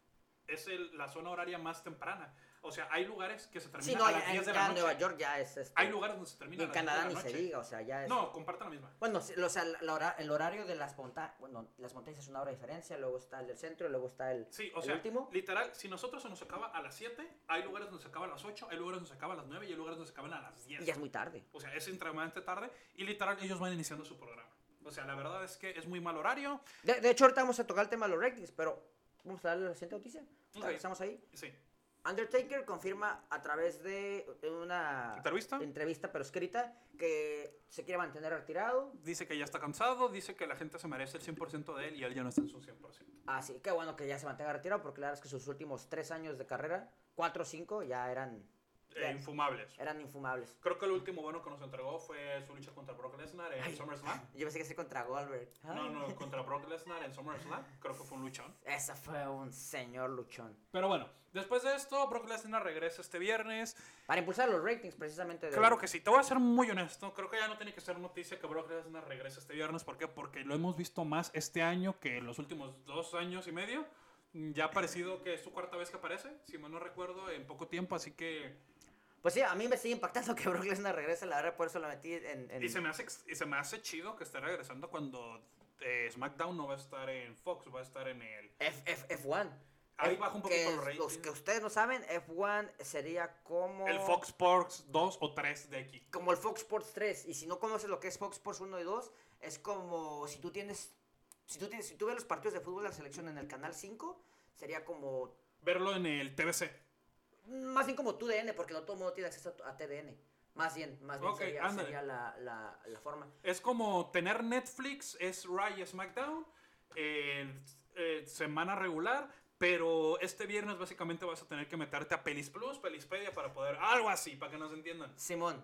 S3: Es el- la zona horaria más temprana. O sea, hay lugares que se
S2: Sí,
S3: terminan
S2: no,
S3: a
S2: ya-
S3: las
S2: ya
S3: 10 de
S2: en
S3: la
S2: Nueva
S3: noche.
S2: York ya es este,
S3: Hay lugares donde se
S2: Y
S3: termina
S2: en
S3: a las 10
S2: Canadá
S3: de
S2: ni
S3: la
S2: se
S3: noche.
S2: diga, pues. o sea, ya es.
S3: No, compartan la misma.
S2: Bueno, sí, o sea, la- la hora- el horario de las montañas. Bueno, las montañas es una hora de diferencia, luego está el del centro, luego está el,
S3: Sí, o
S2: el
S3: sea,
S2: último.
S3: literal, si nosotros se nos acaba a las 7, hay lugares donde se acaba a las 8, hay lugares donde se acaba a las 9 y hay lugares donde se acaban a las 10.
S2: Y ya es muy tarde.
S3: O sea, es extremadamente tarde y literal ellos van iniciando su programa. O sea, la verdad es que es muy mal horario.
S2: De, de hecho, ahorita vamos a tocar el tema de los ratings, pero vamos a darle la siguiente noticia.
S3: Ok.
S2: Estamos ahí.
S3: Sí.
S2: Undertaker confirma a través de una
S3: ¿Entrevista?
S2: entrevista, pero escrita, que se quiere mantener retirado.
S3: Dice que ya está cansado, dice que la gente se merece el 100% de él y él ya no está en su 100%.
S2: Así que Ah, bueno que ya se mantenga retirado, porque la verdad es que sus últimos tres años de carrera, cuatro o cinco, ya eran,
S3: Eh, infumables.
S2: eran infumables.
S3: Creo que el último bueno que nos entregó fue su lucha contra Brock Lesnar en SummerSlam.
S2: Yo pensé que sí contra Goldberg.
S3: No, no, contra Brock Lesnar en SummerSlam. Creo que fue un luchón.
S2: Ese fue un señor luchón.
S3: Pero bueno, después de esto, Brock Lesnar regresa este viernes.
S2: Para impulsar los ratings, precisamente. de-
S3: Claro que sí, te voy a ser muy honesto. Creo que ya no tiene que ser noticia que Brock Lesnar regrese este viernes. ¿Por qué? Porque lo hemos visto más este año que en los últimos dos años y medio. mm, Ya ha parecido que es su cuarta vez que aparece, si mal no recuerdo, en poco tiempo. Así que.
S2: Pues sí, a mí me sigue impactando que Brock Lesnar regrese, la verdad, por eso lo metí en. en-
S3: Y se me hace, ex- y se me hace chido que esté regresando cuando eh, SmackDown no va a estar en Fox, va a estar en el.
S2: F, F, F1.
S3: Ahí
S2: F-
S3: baja un
S2: que
S3: poquito
S2: es-
S3: los ratings.
S2: Los que ustedes no saben, F1 sería como.
S3: El Fox Sports 2 o 3 de aquí.
S2: Como el Fox Sports 3. Y si no conoces lo que es Fox Sports 1 y 2, es como si tú tienes. Si tú, tienes, si tú ves los partidos de fútbol de la selección en el canal 5, sería como.
S3: Verlo en el TBC.
S2: Más bien como TUDN, porque no todo el mundo tiene acceso a, a TDN. Más bien, más bien
S3: Ok,
S2: sería,
S3: ándale.
S2: sería la, la, la forma.
S3: Es como tener Netflix, es Raw y SmackDown, eh, eh, semana regular, pero este viernes básicamente vas a tener que meterte a Pelis Plus, Pelispedia para poder, algo así, para que nos entiendan.
S2: Simón,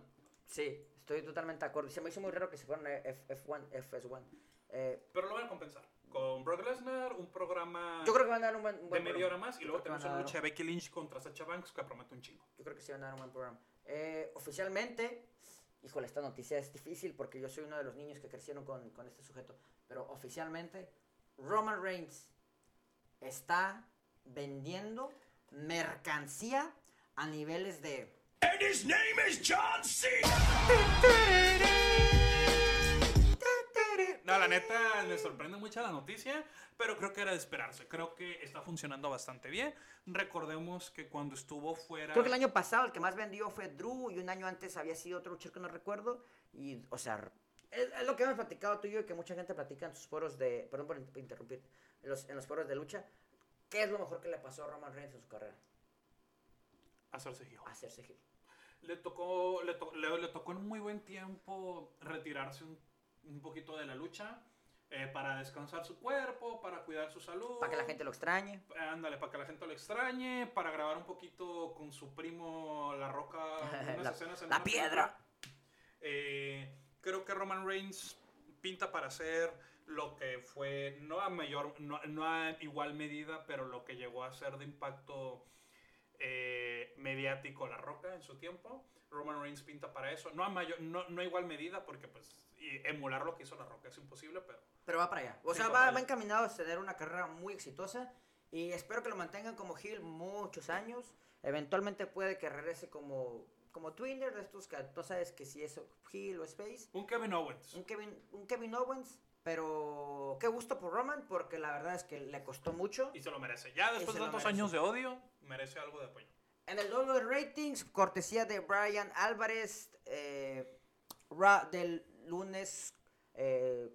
S2: sí, estoy totalmente de acuerdo. Se me hizo muy raro que se fueran a F, F1, FS1. Eh,
S3: Pero lo van a compensar. Con Brock Lesnar, un programa
S2: yo creo que van a dar un buen, un
S3: Ah. de
S2: buen
S3: media hora
S2: programa.
S3: más, y
S2: Yo
S3: luego
S2: creo que
S3: tenemos
S2: van a
S3: una
S2: dar
S3: lucha de Becky Lynch contra Sacha Banks que promete un chingo.
S2: un- Yo creo que sí van a dar un buen programa. Eh, oficialmente, Híjole, esta noticia es difícil porque yo soy uno de los niños que crecieron con, con este sujeto. Pero oficialmente, Roman Reigns está vendiendo mercancía a niveles de.
S5: And his name is John Cena.
S3: No, la neta, me sorprende mucho la noticia, pero creo que era de esperarse. Creo que está funcionando bastante bien. Recordemos que cuando estuvo fuera...
S2: Creo que el año pasado el que más vendió fue Drew y un año antes había sido otro luchador que no recuerdo. Y, o sea, es, es lo que hemos platicado tú y yo y que mucha gente platica en sus foros de. Perdón por in- por interrumpir. En los, en los foros de lucha. ¿Qué es lo mejor que le pasó a Roman Reigns en su carrera?
S3: Hacerse heel.
S2: Hacerse heel.
S3: Le tocó, le, to- le- le tocó en muy buen tiempo retirarse un, un poquito de la lucha eh, para descansar su cuerpo, para cuidar su salud.
S2: Para que la gente lo extrañe.
S3: Ándale, para que la gente lo extrañe, para grabar un poquito con su primo La Roca.
S2: [laughs]
S3: unas
S2: La-
S3: escenas en
S2: la
S3: Ah, una
S2: piedra.
S3: película. Eh, creo que Roman Reigns pinta para hacer lo que fue, no a mayor, no, no a igual medida, pero lo que llegó a ser de impacto eh, mediático La Roca en su tiempo. Roman Reigns pinta para eso, no a, mayor, no, no a igual medida, porque pues y emular lo que hizo La Roca es imposible, pero
S2: Pero va para allá. O
S3: Sí,
S2: sea, va,
S3: va para
S2: va
S3: allá.
S2: encaminado a tener una carrera muy exitosa. Y espero que lo mantengan como heel muchos años. Eventualmente puede que regrese como, como Twinner de estos que tú sabes que si es heel o Space.
S3: un Kevin Owens.
S2: Un Kevin, un Kevin Owens. Pero qué gusto por Roman porque la verdad es que le costó mucho.
S3: Y se lo merece. Ya después
S2: se
S3: de
S2: lo
S3: tantos
S2: merece.
S3: años de odio, merece algo de apoyo.
S2: En el doble de ratings, cortesía de Brian Álvarez, eh, Ra- del lunes eh,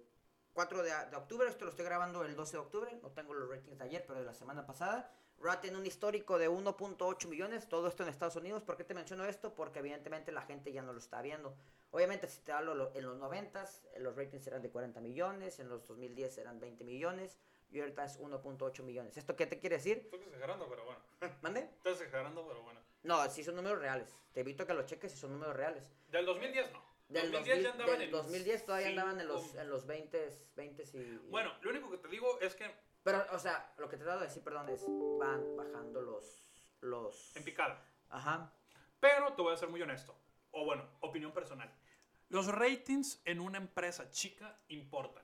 S2: 4 de, de octubre. Esto lo estoy grabando el 12 de octubre. No tengo los ratings de ayer, pero de la semana pasada. Ra tiene un histórico de 1.8 millones, todo esto en Estados Unidos. ¿Por qué te menciono esto? Porque evidentemente la gente ya no lo está viendo. Obviamente, si te hablo lo- en los 90, los ratings eran de 40 millones, en los 2010 eran 20 millones y ahorita es 1.8 millones. ¿Esto qué te quiere decir?
S3: Estoy exagerando, pero bueno.
S2: ¿Mande?
S3: Estás exagerando, pero bueno.
S2: No, sí son números reales. Te invito a que lo cheques si son números reales.
S3: Del 2010 no.
S2: Del
S3: 2010 ya
S2: 2000
S3: andaban
S2: del
S3: en
S2: 2010 todavía
S3: cinco-
S2: andaban en los, en los 20, 20 y... y-
S3: Bueno, lo único que te digo es que
S2: Pero, o sea, lo que te he dado a decir, perdón, es van bajando los... los...
S3: en picada.
S2: Ajá.
S3: Pero te voy a ser muy honesto. O bueno, opinión personal. Los ratings en una empresa chica importan.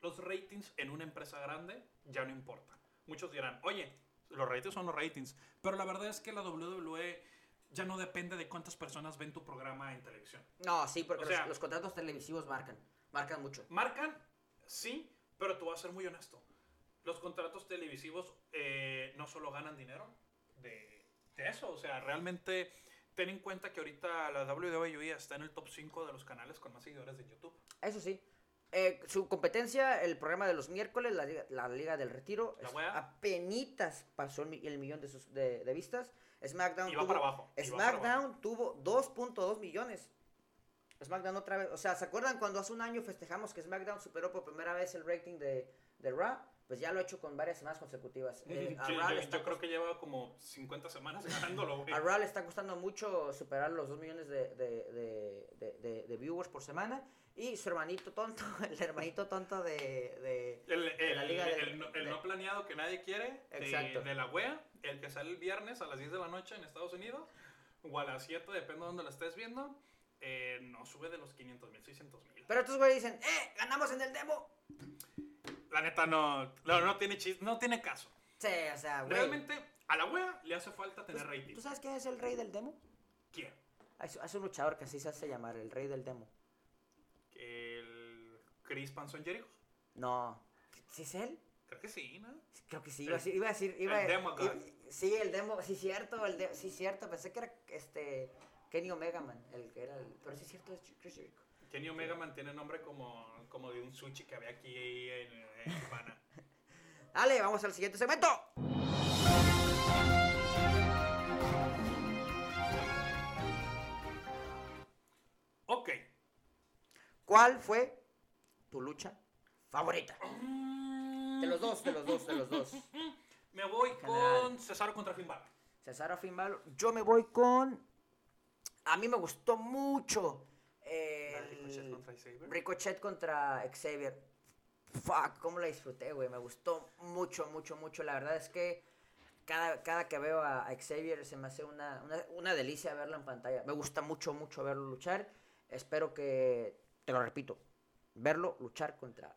S3: Los ratings en una empresa grande ya no importan. Muchos dirán, oye, los ratings son los ratings. Pero la verdad es que la WWE ya no depende de cuántas personas ven tu programa en televisión.
S2: No, sí, porque
S3: O
S2: los-
S3: sea-
S2: los, contratos televisivos marcan. Marcan mucho.
S3: Marcan, sí, pero te voy a ser muy honesto. Los contratos televisivos eh, no solo ganan dinero de, de eso. O sea, realmente ten en cuenta que ahorita la WWE está en el top 5 de los canales con más seguidores de YouTube.
S2: Eso sí. Eh, su competencia, el programa de los miércoles, la, Liga- la Liga del Retiro,
S3: La
S2: es-
S3: wea.
S2: apenitas pasó el, mi- el millón de, sus, de, de vistas. SmackDown
S3: Y va
S2: tuvo,
S3: para abajo, y va para
S2: Ah, SmackDown tuvo 2.2 millones. SmackDown otra vez, o sea, ¿se acuerdan cuando hace un año festejamos que SmackDown superó por primera vez el rating de, de Raw? Pues ya lo ha hecho con varias semanas consecutivas. Eh, a
S3: Sí,
S2: Raw
S3: yo,
S2: le
S3: yo
S2: está
S3: creo que lleva como 50 semanas ganándolo,
S2: [laughs]
S3: güey.
S2: a Raw le está costando mucho superar los 2 millones de, de- de- de- de- de viewers por semana. Y su hermanito tonto, [laughs] el hermanito tonto de. de-
S3: El,
S2: de
S3: el-
S2: la liga
S3: el-
S2: del-
S3: el no- el
S2: de-
S3: no planeado que nadie quiere, de,
S2: Exacto.
S3: de la wea, el que sale el viernes a las 10 de la noche en Estados Unidos, o a las 7, depende de dónde lo estés viendo, eh, no sube de los 500 mil, 600 mil.
S2: Pero estos güeyes dicen, ¡eh! ¡Ganamos en el demo!
S3: La neta no, no, no tiene chis- no tiene caso.
S2: Sí, o sea, güey.
S3: Realmente a la wea le hace falta
S2: ¿Tú,
S3: tener rating.
S2: tú sabes quién es el rey del demo?
S3: ¿Quién?
S2: Es, es un luchador que así se hace llamar, el rey del demo.
S3: El Chris Panson Jericho.
S2: No. ¿Sí es él?
S3: Creo que sí, ¿no?
S2: Creo que sí, iba a
S3: El-
S2: decir. Iba a decir iba
S3: el
S2: a-
S3: Demo
S2: iba-
S3: God.
S2: sí, el demo, sí, cierto, el de- sí, cierto. Pensé que era este. Kenny Omega Man, el que era el. Pero sí, es cierto, es Chris Jericho.
S3: Kenny Omega mantiene nombre como, como de un sushi que había aquí en,
S2: [laughs]
S3: en Tijuana.
S2: Dale, vamos al siguiente segmento.
S3: ok.
S2: ¿Cuál fue tu lucha favorita? De los dos, de los dos, de los dos.
S3: Me voy
S2: General.
S3: con Cesaro contra Finn Balor.
S2: Cesaro Finn Balor. Yo me voy con. A mí me gustó mucho. eh,
S3: La de Ricochet contra Xavier.
S2: Ricochet contra Xavier. Fuck, cómo la disfruté, güey. Me gustó mucho, mucho, mucho. La verdad es que cada, cada que veo a, a Xavier se me hace una, una, una delicia verla en pantalla. Me gusta mucho, mucho verlo luchar. Espero que, te lo repito, verlo luchar contra,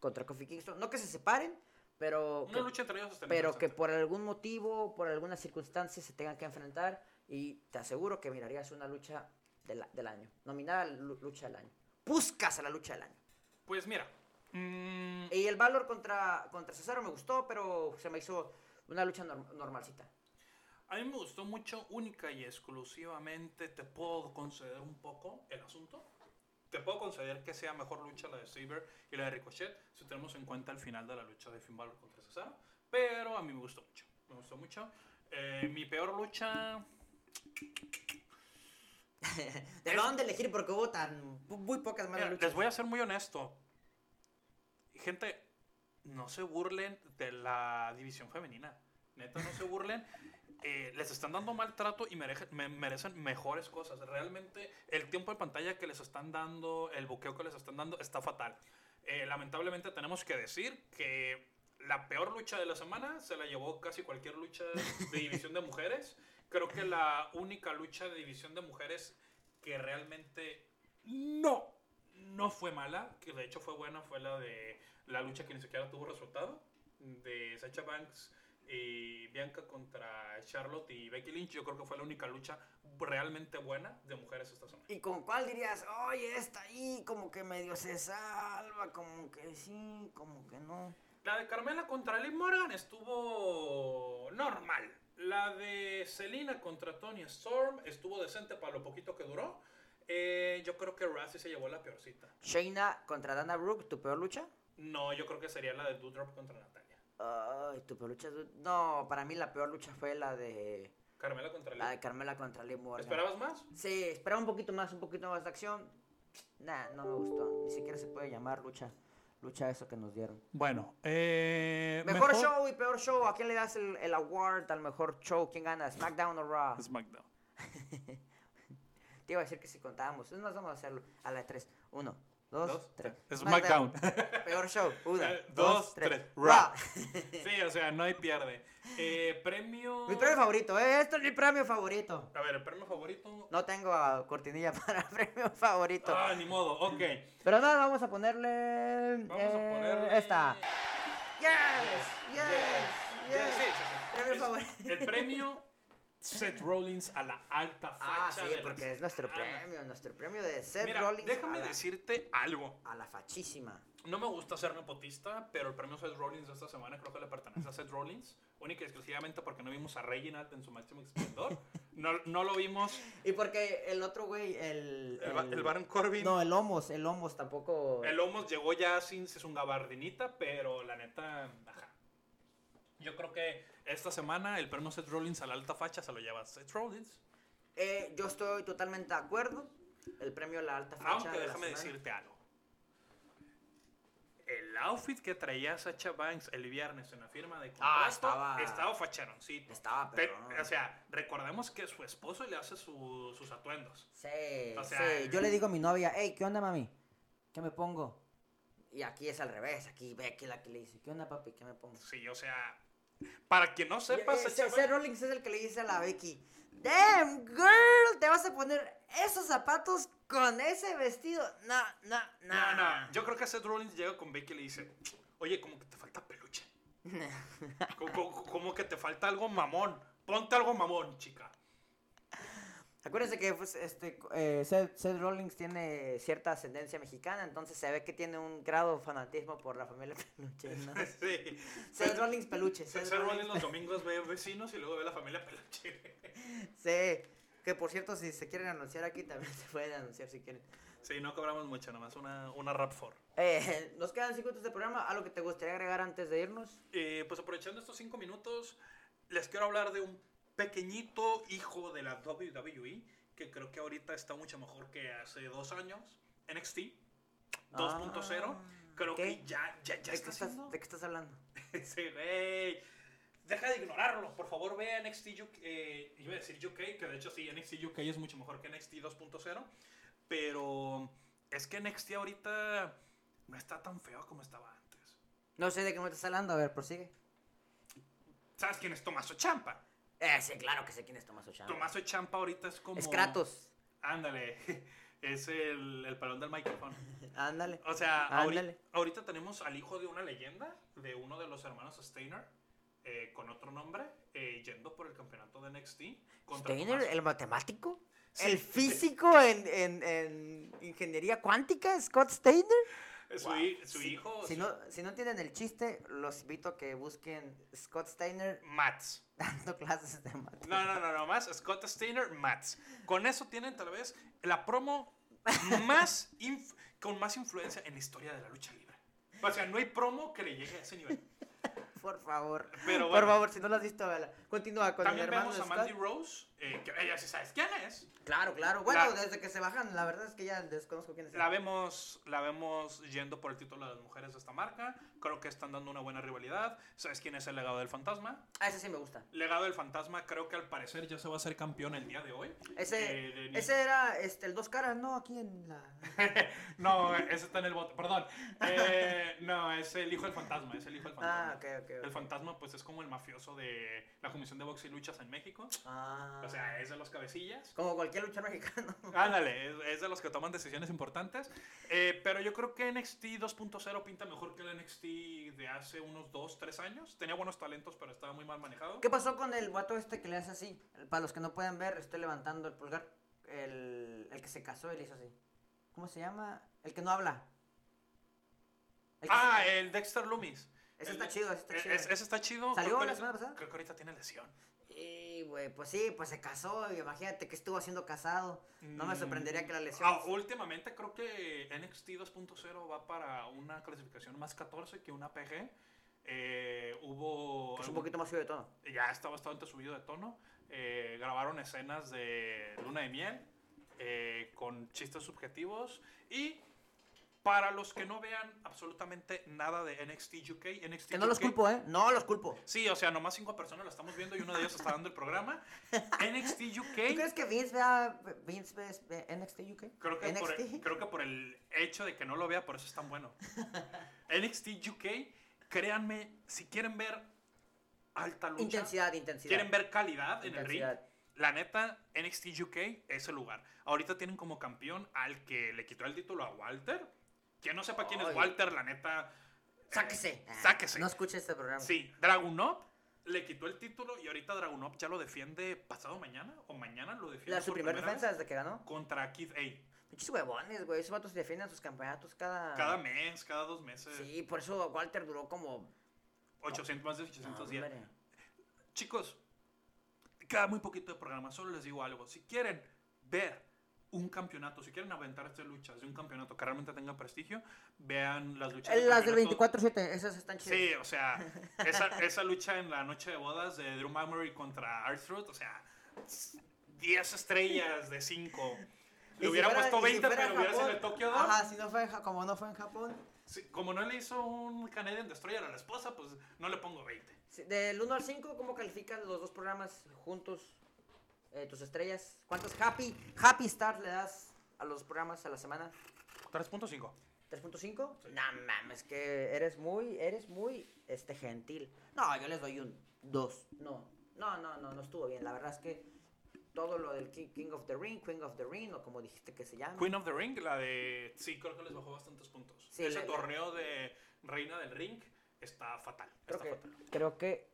S2: contra Kofi Kingston. No que se separen, pero...
S3: Una
S2: que-
S3: lucha entre ellos está
S2: pero que
S3: interesante.
S2: por algún motivo, por alguna circunstancia se tengan que enfrentar y te aseguro que mirarías una lucha del, a- del año, nominada a lu- lucha del año. Buscas a la lucha del año.
S3: Pues mira, mm,
S2: Y el Valor contra, contra Cesaro me gustó, pero se me hizo una lucha norm- normalcita.
S3: a mí me gustó mucho, única y exclusivamente, te puedo conceder un poco el asunto. Te puedo conceder que sea mejor lucha la de Saber y la de Ricochet, si tenemos en cuenta el final de la lucha de Finn Balor contra Cesaro. Pero a mí me gustó mucho. Me gustó mucho. Eh, mi peor lucha.
S2: ¿De dónde elegir? Porque hubo tan pu- muy pocas malas
S3: Mira,
S2: luchas.
S3: les voy a ser muy honesto. Gente, no se burlen de la división femenina. Neta, no se burlen. [laughs] Eh, les están dando maltrato y merece- me- merecen mejores cosas. Realmente el tiempo de pantalla que les están dando, el buqueo que les están dando, está fatal. Eh, lamentablemente tenemos que decir que la peor lucha de la semana se la llevó casi cualquier lucha de división de mujeres. Creo que la única lucha de división de mujeres que realmente no, no fue mala, que de hecho fue buena, fue la de la lucha que ni siquiera tuvo resultado, de Sacha Banks y Bianca contra Charlotte y Becky Lynch. Yo creo que fue la única lucha realmente buena de mujeres esta semana.
S2: ¿Y con cuál dirías? Oye, esta ahí como que medio se salva, como que sí, como que no.
S3: La de Carmela contra Liv Morgan estuvo normal. La de Selina contra Tony Storm estuvo decente para lo poquito que duró. Eh, yo creo que Razzie se llevó la peorcita.
S2: Shayna contra Dana Brooke, ¿tu peor lucha?
S3: No, yo creo que sería la de Doudrop contra Natalia.
S2: Ay, tu peor lucha. es- No, para mí la peor lucha fue la de.
S3: Carmela contra Liv.
S2: La de Carmela contra Liv Morgan.
S3: ¿Esperabas más?
S2: Sí, esperaba un poquito más, un poquito más de acción. Nah, no me gustó. Ni siquiera se puede llamar lucha. Lucha eso que nos dieron.
S3: Bueno, eh,
S2: Mejor, show y peor show. ¿A quién le das el, el award al mejor show? ¿Quién gana? ¿SmackDown o Raw?
S3: SmackDown.
S2: Te iba a decir que si contábamos. Es más, vamos a hacerlo. A la de tres. Uno, dos,
S3: Dos,
S2: tres.
S3: tres. SmackDown.
S2: [laughs] Peor show. Uno,
S3: [laughs] Eh,
S2: dos, tres.
S3: Raw.
S2: Raw.
S3: Sí, o sea, no hay pierde. Eh, premio.
S2: mi premio favorito, ¿eh? Esto es mi premio favorito.
S3: A ver, el premio favorito.
S2: No tengo ah, cortinilla [laughs] para premio favorito.
S3: Ah, ni modo, ok.
S2: Pero nada, vamos a ponerle.
S3: Vamos a
S2: eh,
S3: ponerle-
S2: Esta. Yes, yes, yes.
S3: Yes, sí, sí, sí.
S2: Premio
S3: Es-
S2: favorito.
S3: El premio Seth Rollins a la alta facha.
S2: Ah, sí,
S3: de la
S2: porque es nuestro
S3: semana.
S2: premio, nuestro premio de Seth
S3: Mira,
S2: Rollins.
S3: déjame
S2: a la,
S3: decirte algo.
S2: A la fachísima.
S3: No me gusta ser nepotista, pero el premio Seth Rollins de esta semana creo que le pertenece a Seth Rollins. Única y exclusivamente porque no vimos a Reginald en su máximo esplendor. No, no lo vimos.
S2: Y porque el otro güey, el.
S3: El, Ba- el Baron Corbin.
S2: No, el Homos, el Homos tampoco.
S3: El Homos llegó ya sin es un gabardinita, pero la neta, ajá. Yo creo que esta semana el premio Seth Rollins a la alta facha se lo lleva Seth Rollins.
S2: Eh, yo estoy totalmente de acuerdo. El premio a la alta facha.
S3: Aunque
S2: de la
S3: déjame
S2: semana.
S3: decirte algo. El outfit que traía Sacha Banks el viernes en la firma de contrato
S2: Ah, estaba-
S3: estaba facharoncito.
S2: Estaba,
S3: Te-
S2: pero.
S3: o sea, recordemos que su esposo le hace su- sus atuendos.
S2: Sí,
S3: O sea,
S2: sí.
S3: el-
S2: Yo le digo a mi novia, hey, ¿qué onda, mami? ¿Qué me pongo? Y aquí es al revés, aquí ve que la que le dice, ¿qué onda, papi? ¿Qué me pongo?
S3: Sí, o sea, para quien no sepa,
S2: Y- eh,
S3: Sacha
S2: Seth- Seth
S3: Banks-
S2: Rollins es el que le dice a la Becky, damn girl, te vas a poner esos zapatos con ese vestido. No, no, no.
S3: No, no. Yo creo que Seth Rollins llega con Becky y le dice, oye, como que te falta
S2: [laughs]
S3: peluche. como, como- como que te falta algo mamón. Ponte algo mamón, chica. [laughs]
S2: Acuérdense que pues, este, eh, Seth, Seth Rollins tiene cierta ascendencia mexicana, entonces se ve que tiene un grado de fanatismo por la familia [laughs] peluche. ¿no?
S3: [laughs] sí.
S2: Seth Rollins peluche.
S3: Seth,
S2: Seth
S3: Rollins
S2: Rollins.
S3: los domingos ve vecinos y luego ve la familia [laughs] peluche.
S2: Sí, que por cierto, si se quieren anunciar aquí, también [laughs] se pueden anunciar si quieren.
S3: sí, no cobramos mucho, nomás una, una rap for.
S2: Eh, nos quedan 5 minutos de programa. ¿Algo que te gustaría agregar antes de irnos?
S3: Eh, pues aprovechando estos cinco minutos, les quiero hablar de un pequeñito hijo de la WWE que creo que ahorita está mucho mejor que hace dos años. NXT 2.0. creo
S2: ok.
S3: que ya, ya, ya
S2: ¿De Ah, qué,
S3: está
S2: estás,
S3: haciendo.
S2: de qué estás hablando?
S3: [laughs] Sí, güey. Deja de ignorarlo. Por favor, ve a NXT UK. eh, iba a decir UK, que de hecho sí, NXT UK es mucho mejor que NXT 2.0. Pero es que NXT ahorita no está tan feo como estaba antes.
S2: No sé de qué me estás hablando. A ver, prosigue.
S3: ¿Sabes quién es Tomaso Champa?
S2: Eh, sí, claro que sé quién es Tomás Ochano.
S3: Tomaso Champa ahorita es como.
S2: Es Kratos.
S3: Ándale. [laughs] es el, el palón del micrófono.
S2: Ándale.
S3: O sea, ahori-
S2: Ándale.
S3: ahorita, tenemos al hijo de una leyenda, de uno de los hermanos Steiner, eh, con otro nombre, eh, yendo por el campeonato de NXT. Contra
S2: Steiner,
S3: Tomás-
S2: el matemático.
S3: Sí.
S2: El físico en, en- en ingeniería cuántica, Scott Steiner.
S3: eh, su,
S2: Wow.
S3: hi- su
S2: Si-
S3: hijo,
S2: Si
S3: su-
S2: no, si no entienden el chiste, los invito a que busquen Scott Steiner [laughs]
S3: Mats.
S2: dando clases de matemáticas.
S3: No, no, no, no, más Scott Steiner, Mats. Con eso tienen tal vez la promo más inf- con más influencia en la historia de la lucha libre. O sea, no hay promo que le llegue a ese nivel.
S2: Por favor.
S3: Pero
S2: Por
S3: bueno.
S2: favor, si no lo has visto, vela. Continúa con
S3: También
S2: el hermano
S3: vemos
S2: de
S3: a Mandy
S2: Scott.
S3: Rose, eh, que ella sí sabes quién es.
S2: Claro, claro. Bueno,
S3: La-
S2: desde que se bajan, la verdad es que ya desconozco quién es.
S3: La vemos, la vemos yendo por el título de las mujeres de esta marca. Creo que están dando una buena rivalidad. ¿Sabes quién es el legado del fantasma?
S2: Ah, ese sí me gusta.
S3: Legado del fantasma creo que al parecer ya se va a ser campeón el día de hoy.
S2: Ese,
S3: Eh, de ni-
S2: ese era este, el dos caras, ¿no? Aquí en la.
S3: [laughs] No, ese está en el bote, perdón. Eh, no, es el hijo del fantasma, es el hijo del fantasma.
S2: Ah, ok, ok.
S3: El
S2: ok.
S3: fantasma pues es como el mafioso de la Comisión de Box y Luchas en México.
S2: Ah.
S3: O sea, es de los cabecillas.
S2: Como cualquier luchador mexicano. [laughs]
S3: Ándale, es- es de los que toman decisiones importantes. Eh, pero yo creo que NXT 2.0 pinta mejor que el NXT de hace unos 2, 3 años. Tenía buenos talentos, pero estaba muy mal manejado.
S2: ¿Qué pasó con el guato este que le hace así? Para los que no pueden ver, estoy levantando el pulgar. El, el que se casó y le hizo así. ¿Cómo se llama? El que no habla. El que-
S3: Ah, el Dexter Loomis.
S2: Ese
S3: El
S2: está
S3: de-
S2: chido, ese está
S3: e-
S2: chido.
S3: es- ese está chido.
S2: ¿Salió
S3: Creo que
S2: la
S3: ahorita-
S2: semana pasada?
S3: Creo que ahorita tiene lesión.
S2: Y, güey, pues sí, pues se casó. y imagínate que estuvo siendo casado. No me
S3: Mm.
S2: sorprendería que la lesión.
S3: Ah, últimamente creo que NXT 2.0 va para una clasificación más 14 que una PG. Eh, hubo...
S2: que es un
S3: algún-
S2: poquito más frío de todo.
S3: ya está bastante subido de tono. Eh, grabaron escenas de Luna de Miel eh, con chistes subjetivos. Y para los que no vean absolutamente nada de NXT UK, NXT
S2: Que no los
S3: UK
S2: culpo, ¿eh? No los culpo.
S3: Sí, o sea, nomás cinco personas la estamos viendo y uno de ellos está dando
S2: [laughs]
S3: el programa. NXT
S2: ¿Tú
S3: UK.
S2: crees que Vince vea, Vince ve- ve NXT UK?
S3: Creo que, por
S2: NXT?
S3: el, creo que por el hecho de que no lo vea, por eso es
S2: [laughs]
S3: tan bueno. NXT UK, créanme, si quieren ver alta lucha,
S2: Intensidad, intensidad.
S3: quieren ver calidad en el ring,
S2: Intensidad.
S3: la neta, NXT UK es el lugar. Ahorita tienen como campeón al que le quitó el título a Walter. Quien no sepa quién es
S2: Ay.
S3: Walter, la neta. eh,
S2: Sáquese. Ah,
S3: sáquese.
S2: No escuche este programa.
S3: Sí, Dragunov le quitó el título y ahorita Dragunov ya lo defiende pasado mañana o mañana lo defiende.
S2: La, su
S3: por
S2: primera
S3: primera
S2: defensa
S3: vez
S2: desde que ganó.
S3: Contra Kid A.
S2: Pinches huevones, güey. Esos vatos defienden sus campeonatos cada.
S3: Cada mes, cada dos meses.
S2: Ah. Sí, por eso Walter duró como.
S3: 800, más de 800 días.
S2: Hombre.
S3: Chicos, cada muy poquito de programa, solo les digo algo. Si quieren ver un campeonato, si quieren aventarse luchas de un campeonato que realmente tenga prestigio, vean las luchas.
S2: Eh, Las del
S3: campeonato.
S2: 24-7, esas están chidas.
S3: Sí,
S2: [laughs]
S3: o sea, esa, esa lucha en la noche de bodas de Drew Memory contra Arthur, o sea, 10 estrellas de 5.
S2: Y si
S3: Le hubiera
S2: fuera-
S3: puesto
S2: y si
S3: 20,
S2: fuera
S3: pero hubiera sido
S2: Japón-
S3: de Tokio 2.
S2: Ajá, si no fue en Ja- como no fue en Japón.
S3: Sí, como no le hizo un Canadian Destroyer a la esposa, pues no le pongo 20.
S2: Sí, Del 1 al 5, ¿cómo califican los dos programas juntos? Eh, tus estrellas. ¿Cuántos happy, happy stars le das a los programas a la semana?
S3: 3.5.
S2: ¿3.5? No mames, que eres muy, eres muy este, gentil. No, yo les doy un 2. No, no, no, no, no estuvo bien. La verdad es que todo lo del Ki- King of the Ring, Queen of the Ring, o como dijiste que se llama.
S3: Queen of the Ring, la de. Sí, creo que les bajó bastantes puntos.
S2: Sí,
S3: Ese
S2: la- la-
S3: torneo de Reina del Ring está fatal.
S2: creo,
S3: está
S2: que,
S3: fatal.
S2: creo que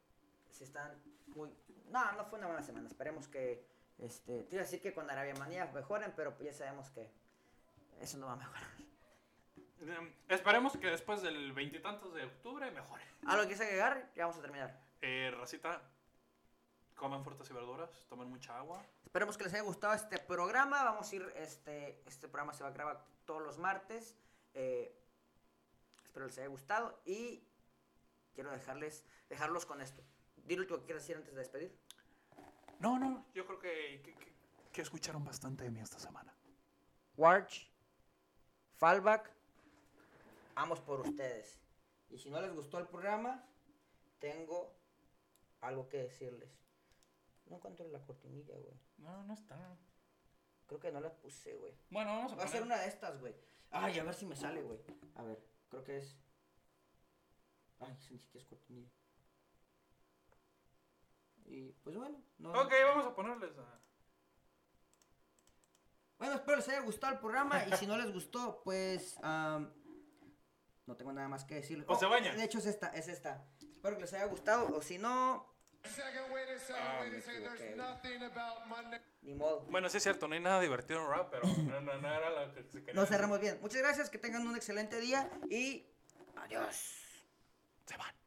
S2: se están muy. No, no fue una buena semana. Esperemos que. Este, te iba a decir que con Arabia Manía mejoren, pero ya sabemos que eso no va a mejorar.
S3: Mm, Esperemos que después del veintitantos de octubre mejore.
S2: [laughs] ¿Algo que quieres agregar? Ya vamos a terminar.
S3: Eh, racita, coman frutas y verduras, tomen mucha agua.
S2: Esperemos que les haya gustado este programa. Vamos a ir, este, este programa se va a grabar todos los martes. Eh, espero les haya gustado y quiero dejarles, dejarlos con esto. Dilo tú que quieres decir antes de despedir.
S3: No, no, yo creo que, que, que- que escucharon bastante de mí esta semana.
S2: Warch, Fallback, vamos por ustedes. Y si no les gustó el programa, tengo algo que decirles. No encuentro la cortinilla, güey.
S3: No, no está.
S2: Creo que no la puse, güey.
S3: Bueno, vamos a
S2: Va a
S3: poner...
S2: ser una de estas, güey. Ay, a ver si me sale, güey. A ver, creo que es. Ay, se que es cortinilla. Y pues bueno, no. Ah.
S3: Ok, vamos a ponerles a...
S2: Bueno, espero les haya gustado el programa y si no les gustó, pues am, no tengo nada más que decir.
S3: Pues se bañan.
S2: De hecho es esta, es esta. Espero que les haya gustado o si no,
S1: Second, wait a second,
S2: Ah,
S1: wait
S2: me
S1: a second.
S2: equivoqué.
S1: There's nothing about Monday.
S2: ni modo.
S3: Bueno, sí es cierto, no hay nada divertido en rap, pero no, no, no era lo que se quería.
S2: Nos cerramos bien. Muchas gracias, que tengan un excelente día y adiós.
S3: Se van.